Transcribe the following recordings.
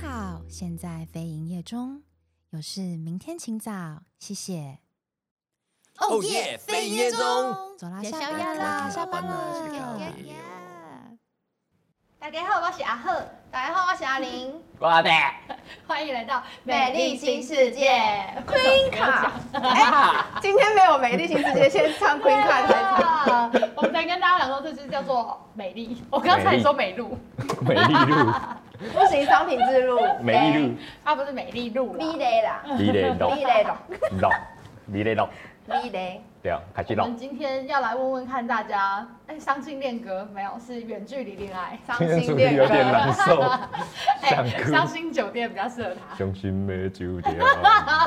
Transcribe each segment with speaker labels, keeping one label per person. Speaker 1: 好，现在非营业中，有事明天请早，谢谢。
Speaker 2: 哦耶非营业中
Speaker 1: 走啦，
Speaker 3: 吃
Speaker 1: 下
Speaker 3: 宵夜
Speaker 1: 班
Speaker 3: 啦
Speaker 1: 啦，
Speaker 3: 下
Speaker 1: 下
Speaker 3: 班
Speaker 1: 班
Speaker 3: 啦
Speaker 1: 了。
Speaker 3: Yeah,
Speaker 4: 大家好，我是阿赫。大家好，我是阿玲。
Speaker 2: 我的，
Speaker 3: 欢迎来到
Speaker 4: 美丽新世界 Queen 卡，
Speaker 5: 今天没有美丽新世界，先唱 Queen Card 才唱。
Speaker 3: 我们才跟大家讲说，这就是叫做美丽。我刚才说美露，
Speaker 2: 美丽路，
Speaker 5: 不行，商品之路。
Speaker 2: 美丽
Speaker 3: 啊，不是美丽露
Speaker 4: 米
Speaker 3: 啦。
Speaker 4: 雷啦，
Speaker 2: 路，美丽
Speaker 4: 米
Speaker 2: 路，
Speaker 4: 雷咯，
Speaker 2: 路，美丽路，
Speaker 4: 米雷。
Speaker 2: 对，啊开始
Speaker 3: 我
Speaker 2: 路
Speaker 3: 们。今天要来问问看大家，哎，相亲恋歌没有？是远距离恋爱，
Speaker 5: 伤
Speaker 2: 今天主
Speaker 5: 心
Speaker 2: 题
Speaker 5: 恋
Speaker 2: 有点
Speaker 5: 歌，
Speaker 2: 难受，想
Speaker 3: 哎，
Speaker 2: 哭
Speaker 3: 相亲酒店比较适合他。
Speaker 2: 伤心美酒店。
Speaker 5: 我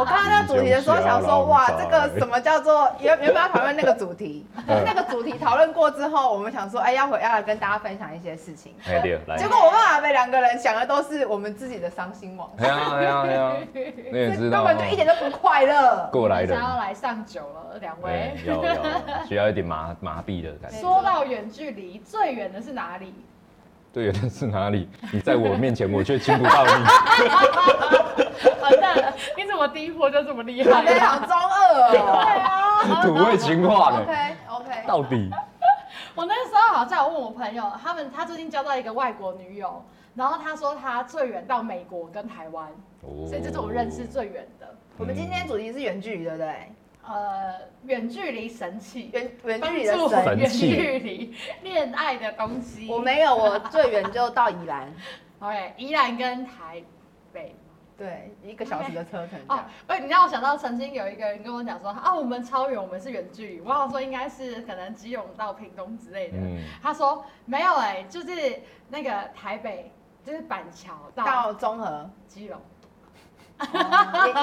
Speaker 2: 我
Speaker 5: 看到这个主题的时候，想说哇，这个什么叫 做原原本要讨论那个主题，
Speaker 2: 嗯
Speaker 5: 那个主题讨论过之后，我们想说，哎，要回要来跟大家分享一些事情。
Speaker 2: 哎对，来
Speaker 5: 结。果我跟阿北两个人想的都是我们自己的伤心往
Speaker 2: 哎呀哎呀哎呀，你也知
Speaker 5: 事，
Speaker 2: 道啊
Speaker 5: 根本就一点都不快 乐。
Speaker 2: 过 来人
Speaker 3: 想，要来上酒了，两位
Speaker 2: 哎。有有有需要一点麻麻痹的感觉。
Speaker 3: 说到远距离，最远的是哪 里？
Speaker 2: 对，但是哪里？你在我面前，我却亲不到你。
Speaker 3: 完蛋了，你怎么第一波就这么厉
Speaker 5: 阿北
Speaker 3: 害？
Speaker 5: 好中二哦。
Speaker 2: 土味情话呢？
Speaker 5: OK OK，
Speaker 2: 到底
Speaker 3: 我那时候好像有问我朋友，他们他最近交到一个外国女友，然后他说他最远到美国跟台湾，所以这是我认识最远的。
Speaker 5: 我们今天主题是远距离，对不对？
Speaker 3: 呃，远距离神器，
Speaker 5: 远远距
Speaker 3: 帮
Speaker 5: 离
Speaker 3: 助
Speaker 5: 的神，
Speaker 2: 神
Speaker 3: 远距离恋爱的东西。
Speaker 5: 我没有，我最远就到宜兰。
Speaker 3: OK，宜兰跟台北。
Speaker 5: 对，一个小时的车程这
Speaker 3: 哦
Speaker 5: 样。，
Speaker 3: 喂，你让我想到曾经有一个人跟我讲说，啊，我们超远，我们是远距离。我想说应该是可能基隆到屏东之类的。
Speaker 2: 嗯
Speaker 3: 他说没有哎、就是那个台北，就是板桥到
Speaker 5: 到综合
Speaker 3: 基隆。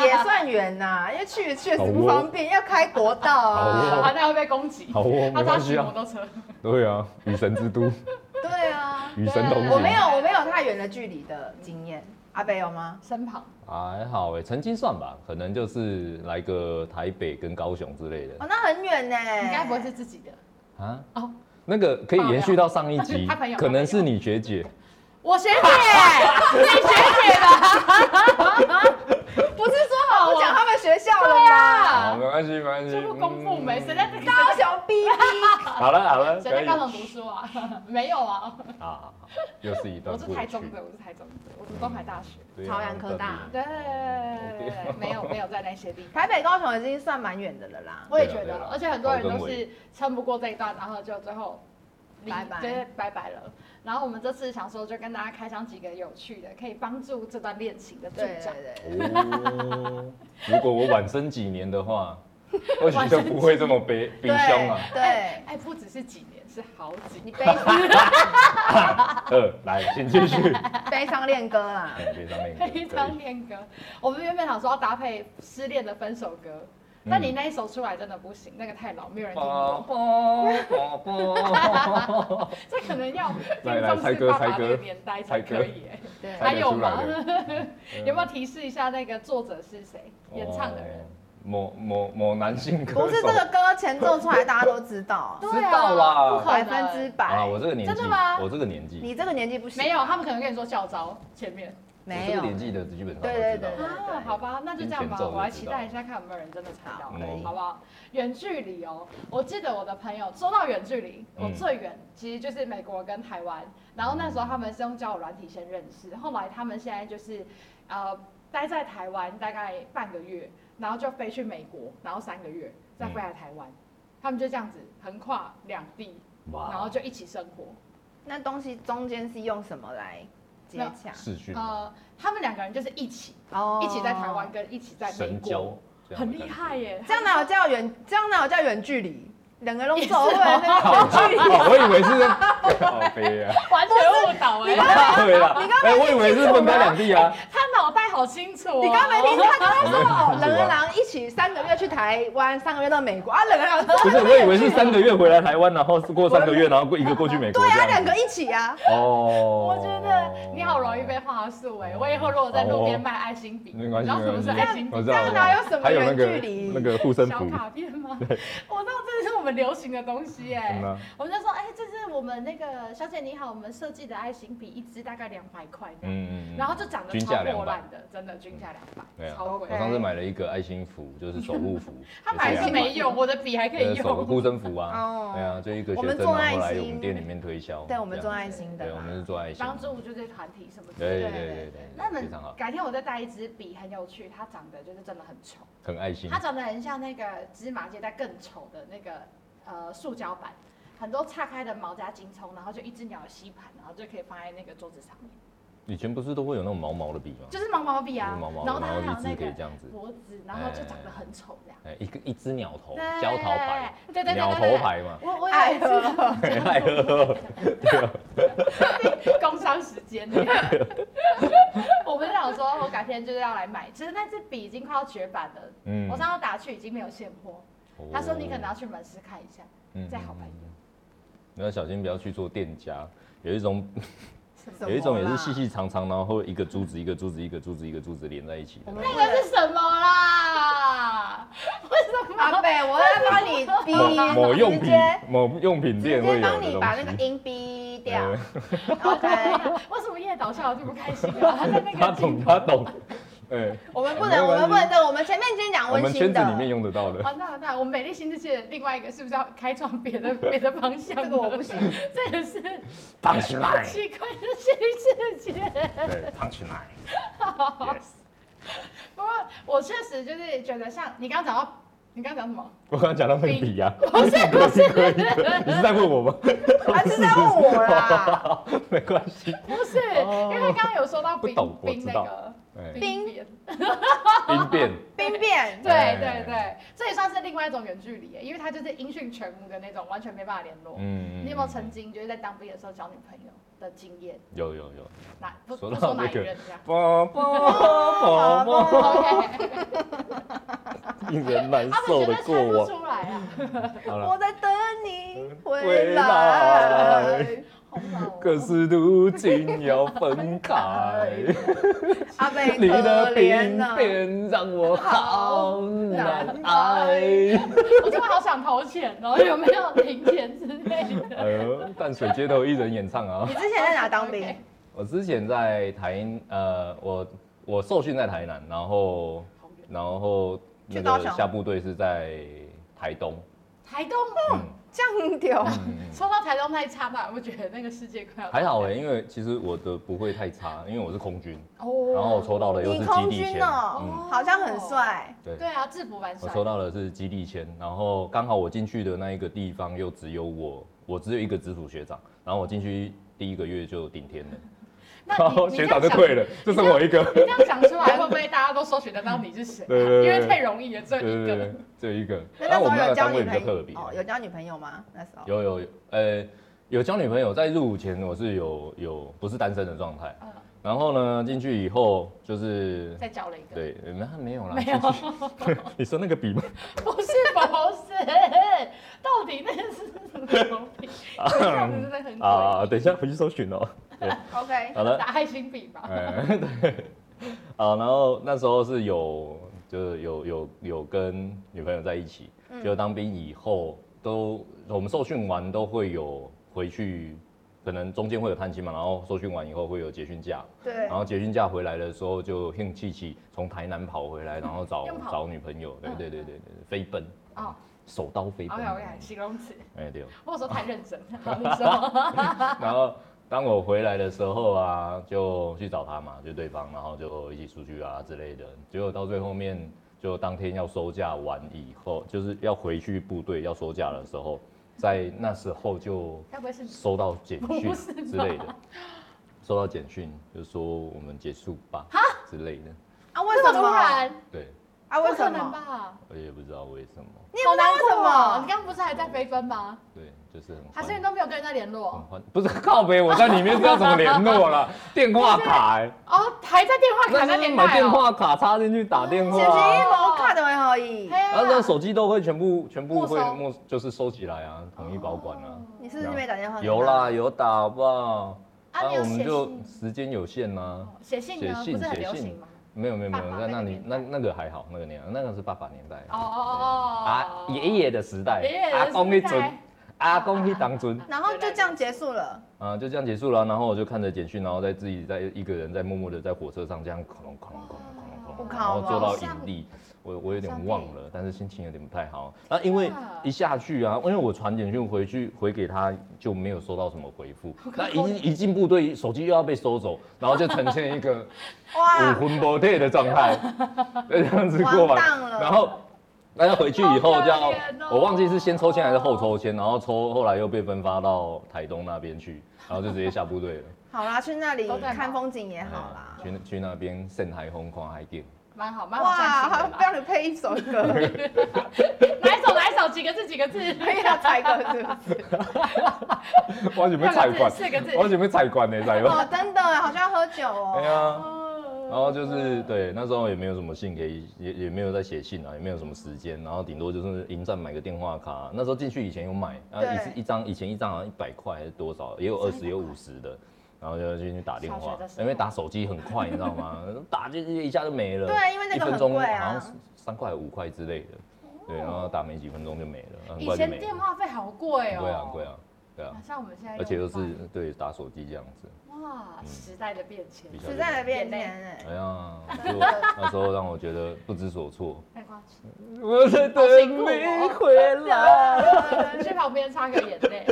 Speaker 5: 也也算远呐、因为去确实不方便，要开国道
Speaker 2: 好哦
Speaker 5: 啊。
Speaker 3: 啊，那会被攻击。
Speaker 2: 好哦，
Speaker 3: 他
Speaker 2: 没
Speaker 3: 抓
Speaker 2: 关
Speaker 3: 骑
Speaker 2: 系
Speaker 3: 摩
Speaker 2: 啊。
Speaker 3: 托车，
Speaker 2: 对啊，与神之都，
Speaker 5: 对啊，
Speaker 2: 与神同
Speaker 3: 对
Speaker 2: 行。
Speaker 5: 我没有我没有太远的距离的经验。阿北有吗？
Speaker 3: 身旁
Speaker 2: 还好哎，曾经算吧，可能就是来个台北跟高雄之类
Speaker 5: 哦
Speaker 2: 的，
Speaker 5: 那很远呢、
Speaker 3: 应该不会是自己的。
Speaker 2: 啊。
Speaker 3: 哦
Speaker 2: 那个可以延续到上一集
Speaker 3: 他朋友，
Speaker 2: 可能是你学姐，
Speaker 3: 我学姐，你学姐的，不是说好
Speaker 5: 不
Speaker 3: 我
Speaker 5: 哦讲他们学校了
Speaker 3: 对
Speaker 5: 吗？
Speaker 2: 好，
Speaker 3: 啊，
Speaker 2: 没关系，没关系。嗯
Speaker 3: 就不公布没，谁在这
Speaker 5: 高雄 B B，
Speaker 2: 好了好了，
Speaker 3: 谁
Speaker 2: 可
Speaker 3: 在
Speaker 2: 以
Speaker 3: 高中
Speaker 2: 啊
Speaker 3: 读书啊？没有啊，，
Speaker 2: 好好又是一段过
Speaker 3: 我是
Speaker 2: 去。
Speaker 3: 台中的，我是台中的，我读东海大学。
Speaker 2: 对啊
Speaker 5: 朝阳科大
Speaker 3: 对，没有没有在那些地方。
Speaker 5: 台北高雄已经算蛮远的了啦。
Speaker 3: 我也觉
Speaker 2: 对
Speaker 3: 得
Speaker 2: 啦，
Speaker 3: 而且很多人
Speaker 2: 高跟
Speaker 3: 都
Speaker 2: 尾
Speaker 3: 是撑不过这一段，然后就最后离
Speaker 5: 拜拜
Speaker 3: 对，拜拜了。然后我们这次想说，就跟大家开箱几个有趣的，可以帮助这段恋情的助
Speaker 5: 对对
Speaker 3: 长。
Speaker 5: 对，
Speaker 2: 哦，如果我晚生几年的 话，或许就不会这么悲悲伤啊。
Speaker 5: 对对，
Speaker 3: 哎，不只是几年，是好几
Speaker 5: 你
Speaker 3: 年。
Speaker 5: 悲伤
Speaker 2: 呃，来，请继 续。
Speaker 5: 悲伤恋歌啊啦。
Speaker 2: 悲伤那个，
Speaker 3: 非常恋歌，我们原本想说要搭配失恋的分手歌，
Speaker 2: 嗯
Speaker 3: 但你那一首出来真的不行，那个太老，没有人听
Speaker 2: 啊
Speaker 3: 过。这可 能要
Speaker 2: 来
Speaker 3: 听
Speaker 2: 来
Speaker 3: 众
Speaker 2: 猜
Speaker 3: 是
Speaker 2: 歌
Speaker 3: 爸爸
Speaker 2: 猜歌
Speaker 3: 那个年代
Speaker 2: 猜
Speaker 3: 才
Speaker 2: 歌
Speaker 3: 可以。哎
Speaker 5: 对，
Speaker 3: 还有吗？
Speaker 2: 嗯
Speaker 3: 有没有提示一下那个作者是谁？演唱的人
Speaker 2: 哦？某某某男性歌手，
Speaker 5: 不是这个歌前奏出来，大家都知 道，
Speaker 3: 对啊
Speaker 2: 知道啦
Speaker 3: 不可
Speaker 5: 百
Speaker 3: 能
Speaker 5: 分之
Speaker 2: 啊！
Speaker 5: 百。
Speaker 2: 我这个年纪，
Speaker 3: 真的吗
Speaker 2: 我这个年纪，
Speaker 5: 你这个年纪不行，
Speaker 3: 没有，他们可能跟你说校招前面
Speaker 2: 我
Speaker 5: 没
Speaker 2: 这
Speaker 5: 有
Speaker 2: 个年纪的基本上都
Speaker 5: 对
Speaker 2: 知
Speaker 5: 对
Speaker 2: 道
Speaker 5: 对。对
Speaker 3: 啊，好吧，那就这样
Speaker 2: 听前奏就
Speaker 3: 吧
Speaker 2: 知道，嗯
Speaker 3: 我来期待一下，看有没有人真的猜到，
Speaker 2: 好
Speaker 3: 好
Speaker 2: 可以
Speaker 3: 不好？远距离哦，我记得我的朋友说到远距离，
Speaker 2: 嗯
Speaker 3: 我最远其实就是美国跟台湾，然后那时候他们是用交友软体先认识，后来他们现在就是呃待在台湾大概半个月，然后就飞去美国，然后三个月再飞来台湾，
Speaker 2: 嗯
Speaker 3: 他们就这样子横跨两地，然后
Speaker 2: 哇，
Speaker 3: 就一起生活。
Speaker 5: 那东西中间是用什么来接洽？
Speaker 2: 视讯
Speaker 3: 呃，他们两个人就是一起，
Speaker 5: 哦
Speaker 3: 一起在台湾，跟一起在美
Speaker 2: 神
Speaker 3: 国，
Speaker 2: 交，这样
Speaker 3: 很
Speaker 2: 的
Speaker 3: 厉
Speaker 2: 感觉
Speaker 3: 害。耶！
Speaker 5: 这样哪有叫远？这样哪有叫远距离？两个人都走会那个远距 离。
Speaker 2: 哦，我以为是 好悲啊！
Speaker 3: 完全误导哎、
Speaker 2: 对啦，哎，我以为是分开两地啊。
Speaker 3: 他脑袋好清楚、哦。
Speaker 5: 你刚没听他刚刚说
Speaker 2: 我
Speaker 5: 哦，
Speaker 2: 没有
Speaker 5: 冷
Speaker 2: 听清楚啊
Speaker 5: 个狼一起三个月去台湾，三个月到美国啊，冷个狼
Speaker 2: 不是，我以为是三个月回来台湾，然后过三个月，然后过一个过去美国
Speaker 5: 对
Speaker 2: 这
Speaker 5: 啊，
Speaker 2: 样子。
Speaker 5: 两个一起啊，
Speaker 2: 哦，
Speaker 3: 我觉得你好容易被话术哎、我以后如果在路边卖爱心笔，
Speaker 2: 哦没关系
Speaker 3: 你知道什么是爱心笔
Speaker 2: 我知
Speaker 5: 这
Speaker 2: 道。
Speaker 5: 样哪有什么
Speaker 2: 还有那
Speaker 5: 远
Speaker 2: 个
Speaker 5: 距离？
Speaker 2: 那个护身
Speaker 3: 小
Speaker 2: 符，
Speaker 3: 卡片吗？我知道这是我们们流行的东西哎、
Speaker 2: 真的啊，
Speaker 3: 我们就说，哎、这是我们那个小姐你好，我们设计的爱心笔，一支大概两百块这样，
Speaker 2: 嗯嗯嗯。
Speaker 3: 然后就长得
Speaker 2: 均
Speaker 3: 超
Speaker 2: 价
Speaker 3: 破
Speaker 2: 200
Speaker 3: 烂的，真的均价两
Speaker 2: 没
Speaker 3: 百，
Speaker 2: 有
Speaker 3: 超贵。，
Speaker 2: 我上次买了一个爱心服，就是守护服
Speaker 3: 他买
Speaker 2: 也
Speaker 3: 是
Speaker 2: 啊
Speaker 3: 没有，我的笔还可以
Speaker 2: 呃守护
Speaker 3: 用。
Speaker 2: 护身符 啊
Speaker 5: 哦，
Speaker 2: 对啊，就一个
Speaker 5: 我
Speaker 2: 学
Speaker 5: 们
Speaker 2: 生，然
Speaker 5: 做
Speaker 2: 后
Speaker 5: 爱
Speaker 2: 来我
Speaker 5: 心
Speaker 2: 们店里面推销，
Speaker 5: 对，我们
Speaker 2: 这
Speaker 5: 做
Speaker 2: 样
Speaker 5: 爱心的
Speaker 2: 对，我
Speaker 5: 啦，
Speaker 2: 们是做爱心，
Speaker 3: 帮助这些团体什么之
Speaker 2: 对
Speaker 3: 类
Speaker 2: 对
Speaker 3: 的。
Speaker 2: 对对对，
Speaker 3: 那你
Speaker 2: 非常好，
Speaker 3: 改天我再带一支笔，很有趣。它长得就是真的很丑，
Speaker 2: 很爱心
Speaker 3: 它，长得很像那个芝麻街带更丑的那个呃塑胶板，很多岔开的毛加金葱，然后就一只鸟的吸盘，然后就可以放在那个桌子上面，
Speaker 2: 以前不是都会有那种毛毛的笔吗？
Speaker 3: 就是毛毛笔
Speaker 2: 就是
Speaker 3: 啊。
Speaker 2: 嗯毛毛
Speaker 3: 然
Speaker 2: 的，
Speaker 3: 后它还
Speaker 2: 然后一
Speaker 3: 有那
Speaker 2: 支可以这
Speaker 3: 个
Speaker 2: 样子，
Speaker 3: 脖子，然后就长得很丑这样。
Speaker 2: 哎，一个一只鸟头，
Speaker 3: 对
Speaker 2: 胶桃牌，，
Speaker 3: 对对对对
Speaker 2: 鸟头。牌嘛，
Speaker 3: 对我我有
Speaker 5: 爱
Speaker 3: 一次
Speaker 5: 喝。
Speaker 2: 哎呦，
Speaker 3: 工商时间呢。 我们想说，我改天就是要来买，其实那支笔已经快要绝版了。
Speaker 2: 嗯哦
Speaker 3: 我上次打去已经没有现货，他说你可能要去门市看一下。
Speaker 2: 嗯
Speaker 3: 再好朋友
Speaker 2: 你要小心不要去做店家，有一种
Speaker 5: 怎么啦啊
Speaker 2: 有一种也是细细长长，然后
Speaker 3: 嗯
Speaker 2: 一个珠子一个珠子一个珠子一个珠子连在一起的那种。
Speaker 3: 那个是什么啦？ 为什么？
Speaker 5: 阿北，我要帮你逼
Speaker 2: 某某用
Speaker 5: 直
Speaker 2: 品
Speaker 5: 接
Speaker 2: 某用品
Speaker 5: 直
Speaker 2: 店
Speaker 5: 接
Speaker 2: 会有
Speaker 5: 帮
Speaker 2: 的
Speaker 5: 你
Speaker 2: 东
Speaker 5: 把那个
Speaker 2: 西。
Speaker 5: 音逼掉。
Speaker 2: 呃
Speaker 5: OK，
Speaker 3: 为什么叶导笑得这么开心 啊？他在那
Speaker 2: 他
Speaker 3: 个
Speaker 2: 懂
Speaker 3: 镜头
Speaker 2: 他懂，哎，
Speaker 5: 我们不
Speaker 2: 没
Speaker 5: 能，我
Speaker 2: 关系
Speaker 5: 们不能对，我们前面先讲
Speaker 2: 我
Speaker 5: 温
Speaker 2: 们
Speaker 5: 馨
Speaker 2: 圈子
Speaker 5: 的。
Speaker 2: 里面用得到的。
Speaker 3: 啊，那那我们美丽新世界的另外一个是不是要开创别的别的方向？
Speaker 5: 这个我 不行，
Speaker 3: 这也是
Speaker 2: 胖起来，
Speaker 3: 奇怪的新世界。啊
Speaker 2: 对，胖起来。Yes，
Speaker 3: 不过我确实就是觉得像你刚刚讲到，你刚刚讲什么？
Speaker 2: 我刚刚讲到那个笔呀，
Speaker 3: 不是不是
Speaker 2: 一个一个，你是在问我吗？
Speaker 5: 啊，是在问我啦。
Speaker 2: 没关系，
Speaker 3: 不是，
Speaker 2: 哦
Speaker 3: 因为刚刚有说到
Speaker 2: 不
Speaker 3: 冰
Speaker 2: 懂我
Speaker 3: 冰
Speaker 2: 知
Speaker 3: 那
Speaker 2: 道
Speaker 3: 个
Speaker 2: 哎，
Speaker 3: 冰变，
Speaker 2: 兵变，
Speaker 5: 兵变，
Speaker 3: 对
Speaker 2: 哎
Speaker 3: 对对，这也算是另外一种远距离耶，因为他就是音讯全无的那种，完全没办法联络。
Speaker 2: 嗯
Speaker 3: 你有没有曾经就是在当兵的时候交女朋友的经验？
Speaker 2: 有有有，
Speaker 3: 哪不
Speaker 2: 说
Speaker 3: 不
Speaker 2: 到
Speaker 3: 说哪
Speaker 2: 这
Speaker 3: 一
Speaker 2: 个
Speaker 3: 任这样
Speaker 2: 宝宝宝宝，
Speaker 3: ？OK，
Speaker 2: 令人难
Speaker 3: 他们
Speaker 2: 受
Speaker 3: 绝
Speaker 2: 的过
Speaker 3: 对猜不
Speaker 2: 往。
Speaker 3: 出来啊，
Speaker 2: 好了
Speaker 5: 我，在等你回
Speaker 2: 回
Speaker 5: 来
Speaker 2: 来。
Speaker 3: 好 老哦。
Speaker 2: 可是途径要分开，
Speaker 5: 阿北，
Speaker 2: 你的
Speaker 5: 可怜啊
Speaker 2: 病
Speaker 5: 呐，
Speaker 2: 变让我好难挨。
Speaker 3: 我真的好想投钱哦， 有没有零钱之类的？
Speaker 2: 哎呦，淡水街头艺人演唱啊！
Speaker 5: 你之前在哪当 兵？
Speaker 3: OK
Speaker 2: 我之前在台，呃，我我受训在台南，然后
Speaker 3: 好远
Speaker 2: 然后那
Speaker 5: 去高雄
Speaker 2: 个下部队是在台东。
Speaker 3: 台东，
Speaker 2: 嗯
Speaker 5: 酱丢。
Speaker 2: 嗯
Speaker 3: 说到台东那一刹那，我觉得那个世界快要
Speaker 2: 还好哎、因为其实我的不会太差，因为我是空军，
Speaker 3: 哦
Speaker 2: 然后我抽到的又
Speaker 5: 你
Speaker 2: 是基
Speaker 5: 空
Speaker 2: 地嗯
Speaker 5: 军
Speaker 2: 签，
Speaker 5: 哦，好像很帅。
Speaker 2: 对
Speaker 3: 对啊，制服蛮
Speaker 2: 我
Speaker 3: 帅的。
Speaker 2: 抽到的是基地签，然后刚好我进去的那一个地方又只有我，我只有一个直属学长，然后我进去第一个月就顶天了，
Speaker 3: 那
Speaker 2: 然后
Speaker 3: 你
Speaker 2: 学长就退。了，就剩我一个，
Speaker 3: 你这样想你这样想出来，会不会大家都搜寻得到你是谁 啊？
Speaker 2: 对对对
Speaker 3: 因为太容易了，只有
Speaker 2: 对
Speaker 3: 一
Speaker 2: 对
Speaker 3: 个。
Speaker 2: 对，只有一个。啊
Speaker 5: 那那时
Speaker 2: 我
Speaker 5: 候
Speaker 2: 们那
Speaker 5: 有
Speaker 2: 个
Speaker 5: 交
Speaker 2: 单
Speaker 5: 女
Speaker 2: 位比较
Speaker 5: 朋
Speaker 2: 特别啊
Speaker 5: 友，哦，有交女朋友吗？那时候
Speaker 2: 有有有呃有交女朋友，在入伍前我是有有不是单身的状态，
Speaker 3: 嗯，
Speaker 2: 然后呢进去以后就是
Speaker 3: 再交了一个。
Speaker 2: 对，嗯那没有啦，
Speaker 3: 没有，
Speaker 2: 进去 你说那个笔吗？
Speaker 3: 不是不是， 到底那是什么笔？ 这样子真的很
Speaker 2: 啊，
Speaker 3: 诡
Speaker 2: 等一下回去搜寻哦。
Speaker 5: ，OK，
Speaker 2: 好
Speaker 3: 异。
Speaker 2: 了，
Speaker 3: 打爱心笔吧。
Speaker 2: 哎， 对，啊，然后那时候是有，就是有有有跟女朋友在一起，
Speaker 3: 嗯
Speaker 2: 就当兵以后都我们受训完都会有回去，可能中间会有探亲嘛，然后受训完以后会有结训假，
Speaker 5: 对
Speaker 2: 然，后结训假回来的时候就兴气气从台南跑回来，然后找
Speaker 3: 用跑
Speaker 2: 找女朋友，对
Speaker 3: 嗯
Speaker 2: 对对对对，飞奔，
Speaker 3: 哦
Speaker 2: 手刀飞奔
Speaker 3: ，OK OK，形容词，
Speaker 2: 哎对哦。
Speaker 3: 或者说太认真。好，你 说。
Speaker 2: 然后当我回来的时候啊，就去找他嘛，就对方，然后就一起出去啊之类的。结果到最后面，就当天要收假完以后，就是要回去部队要收假的时候，在那时候就
Speaker 3: 该不会是你？
Speaker 2: 收到简
Speaker 3: 不
Speaker 2: 讯
Speaker 3: 是吧
Speaker 2: 之类的，收到简讯就说我们结束吧之类的。
Speaker 5: 啊，为
Speaker 3: 这么
Speaker 5: 什
Speaker 3: 突
Speaker 5: 么？
Speaker 3: 然？
Speaker 2: 对，
Speaker 5: 啊，为
Speaker 3: 不可
Speaker 5: 什
Speaker 3: 能
Speaker 5: 么？
Speaker 3: 吧？
Speaker 2: 我也不知道为什么。
Speaker 5: 你也不知道为什
Speaker 3: 哇，啊你
Speaker 5: 么？
Speaker 3: 刚刚不是还在飞奔吗？
Speaker 2: 对，就是很
Speaker 3: 还是你
Speaker 2: 欢
Speaker 3: 都没有跟人家联络？
Speaker 2: 很欢，不是靠北，我在里面知道怎么联络 了，电话卡、欸。
Speaker 3: 哦，还在电话卡那
Speaker 2: 那是
Speaker 3: 年代、哦、
Speaker 2: 买电话卡插进去打电
Speaker 5: 其
Speaker 2: 话、
Speaker 5: 实
Speaker 2: 啊，
Speaker 5: 我看的还可以
Speaker 3: 嘿。啊，
Speaker 2: 然后那手机都会全部全部会
Speaker 3: 没收
Speaker 2: 没就是收起来啊，统一保管啊。
Speaker 5: 你是不是没打电话？
Speaker 2: 有啦，。有打好不好？
Speaker 3: 哦啊，
Speaker 2: 我
Speaker 3: 你有
Speaker 2: 们
Speaker 3: 写
Speaker 2: 就
Speaker 3: 信？
Speaker 2: 时间有限呐、
Speaker 3: 写信呢，
Speaker 2: 写信
Speaker 3: 不是很
Speaker 2: 写
Speaker 3: 流
Speaker 2: 信
Speaker 3: 行吗？
Speaker 2: 没有没有没有，
Speaker 3: 爸爸
Speaker 2: 那那
Speaker 3: 那个
Speaker 2: 你
Speaker 3: 年
Speaker 2: 那
Speaker 3: 代
Speaker 2: 那个还好，那个年代那个是爸爸年代
Speaker 3: 哦哦哦，
Speaker 2: 啊爷爷的时代，
Speaker 3: 爷爷的
Speaker 2: 阿公那
Speaker 3: 时代
Speaker 2: 尊，阿公那当尊，
Speaker 5: 然后就这样结束了。
Speaker 2: 啊，就这样结束了。然后我就看着简讯，然后再自己在一个人在默默的在火车上这样恐龙恐龙恐龙恐龙
Speaker 5: 不
Speaker 2: 恐龙，
Speaker 5: 考
Speaker 2: 然后
Speaker 5: 吗
Speaker 2: 坐到
Speaker 4: 哦好
Speaker 2: 营
Speaker 4: 像
Speaker 2: 地，我我
Speaker 4: 好
Speaker 2: 有点
Speaker 4: 像
Speaker 2: 忘
Speaker 4: 电
Speaker 2: 了，但是心情有点不太好。啊，因为
Speaker 3: 真的
Speaker 2: 一下去啊，因为我传简讯回去回给他就没有收到什么回复，那一进一进部队手机又要被收走，然后就呈现一个
Speaker 5: 哇
Speaker 3: 啊
Speaker 2: 五，魂不退的状 态，就这样子过
Speaker 5: 完
Speaker 2: 完
Speaker 5: 蛋了，
Speaker 2: 然后。大家回去以后就要，
Speaker 3: 好可怜哦
Speaker 2: 我忘记是先抽签还是后抽签，然后抽后来又被分发到台东那边去，然后就直接下部队 了。哎
Speaker 5: 好啦，去那里
Speaker 3: 都在忙
Speaker 5: 看风景也好啦。
Speaker 2: 去去那边盛海风狂海 景，
Speaker 3: 蛮
Speaker 5: 啊
Speaker 3: 好蛮好
Speaker 5: 哇，
Speaker 3: 相
Speaker 5: 还
Speaker 3: 信的
Speaker 5: 帮
Speaker 3: 啦。
Speaker 5: 你配一首歌，
Speaker 3: 哪一首哪一首？几个字 几个字？
Speaker 5: 配一下猜歌是不是？
Speaker 2: 我准备踩
Speaker 3: 六个
Speaker 2: 管
Speaker 3: 字，四个字
Speaker 2: 我准备踩管呢，踩管。
Speaker 5: 哦，真的，好像喝酒哦。
Speaker 2: 哎呀，然
Speaker 3: 然
Speaker 2: 后就是对，那时候也没有什么信可以，也也没有在写信啊，也没有什么时间，然后顶多就是营站买个电话卡。那时候进去以前有买，啊
Speaker 5: 对
Speaker 2: 一次一张，以前一张好像一百块还是多少，也有二十有五十的。然后就进去打电
Speaker 3: 小
Speaker 2: 话
Speaker 3: 学的时，候
Speaker 2: 因为打手机很快，你知道吗？ 打就一下就没了。
Speaker 5: 对因为那个
Speaker 2: 一分
Speaker 5: 很
Speaker 2: 钟
Speaker 5: 贵
Speaker 2: 好
Speaker 5: 啊哦
Speaker 2: 像三块五块之类的。对，然后打没几分钟就没了，很
Speaker 3: 以
Speaker 2: 快就
Speaker 3: 前
Speaker 2: 没了
Speaker 3: 电。话费好贵哦，
Speaker 2: 贵啊贵啊，对啊，
Speaker 3: 像我们现在用
Speaker 2: 而且又是
Speaker 3: 不
Speaker 2: 对打手机这样子，
Speaker 3: 到哇，时代的变迁
Speaker 2: 比，较
Speaker 5: 实在的变天哎。
Speaker 2: 哎呀，就那时候让我觉得不知所措。
Speaker 3: 没关系，
Speaker 2: 我在等
Speaker 3: 哦
Speaker 2: 你回来。
Speaker 3: 去旁边擦个眼泪。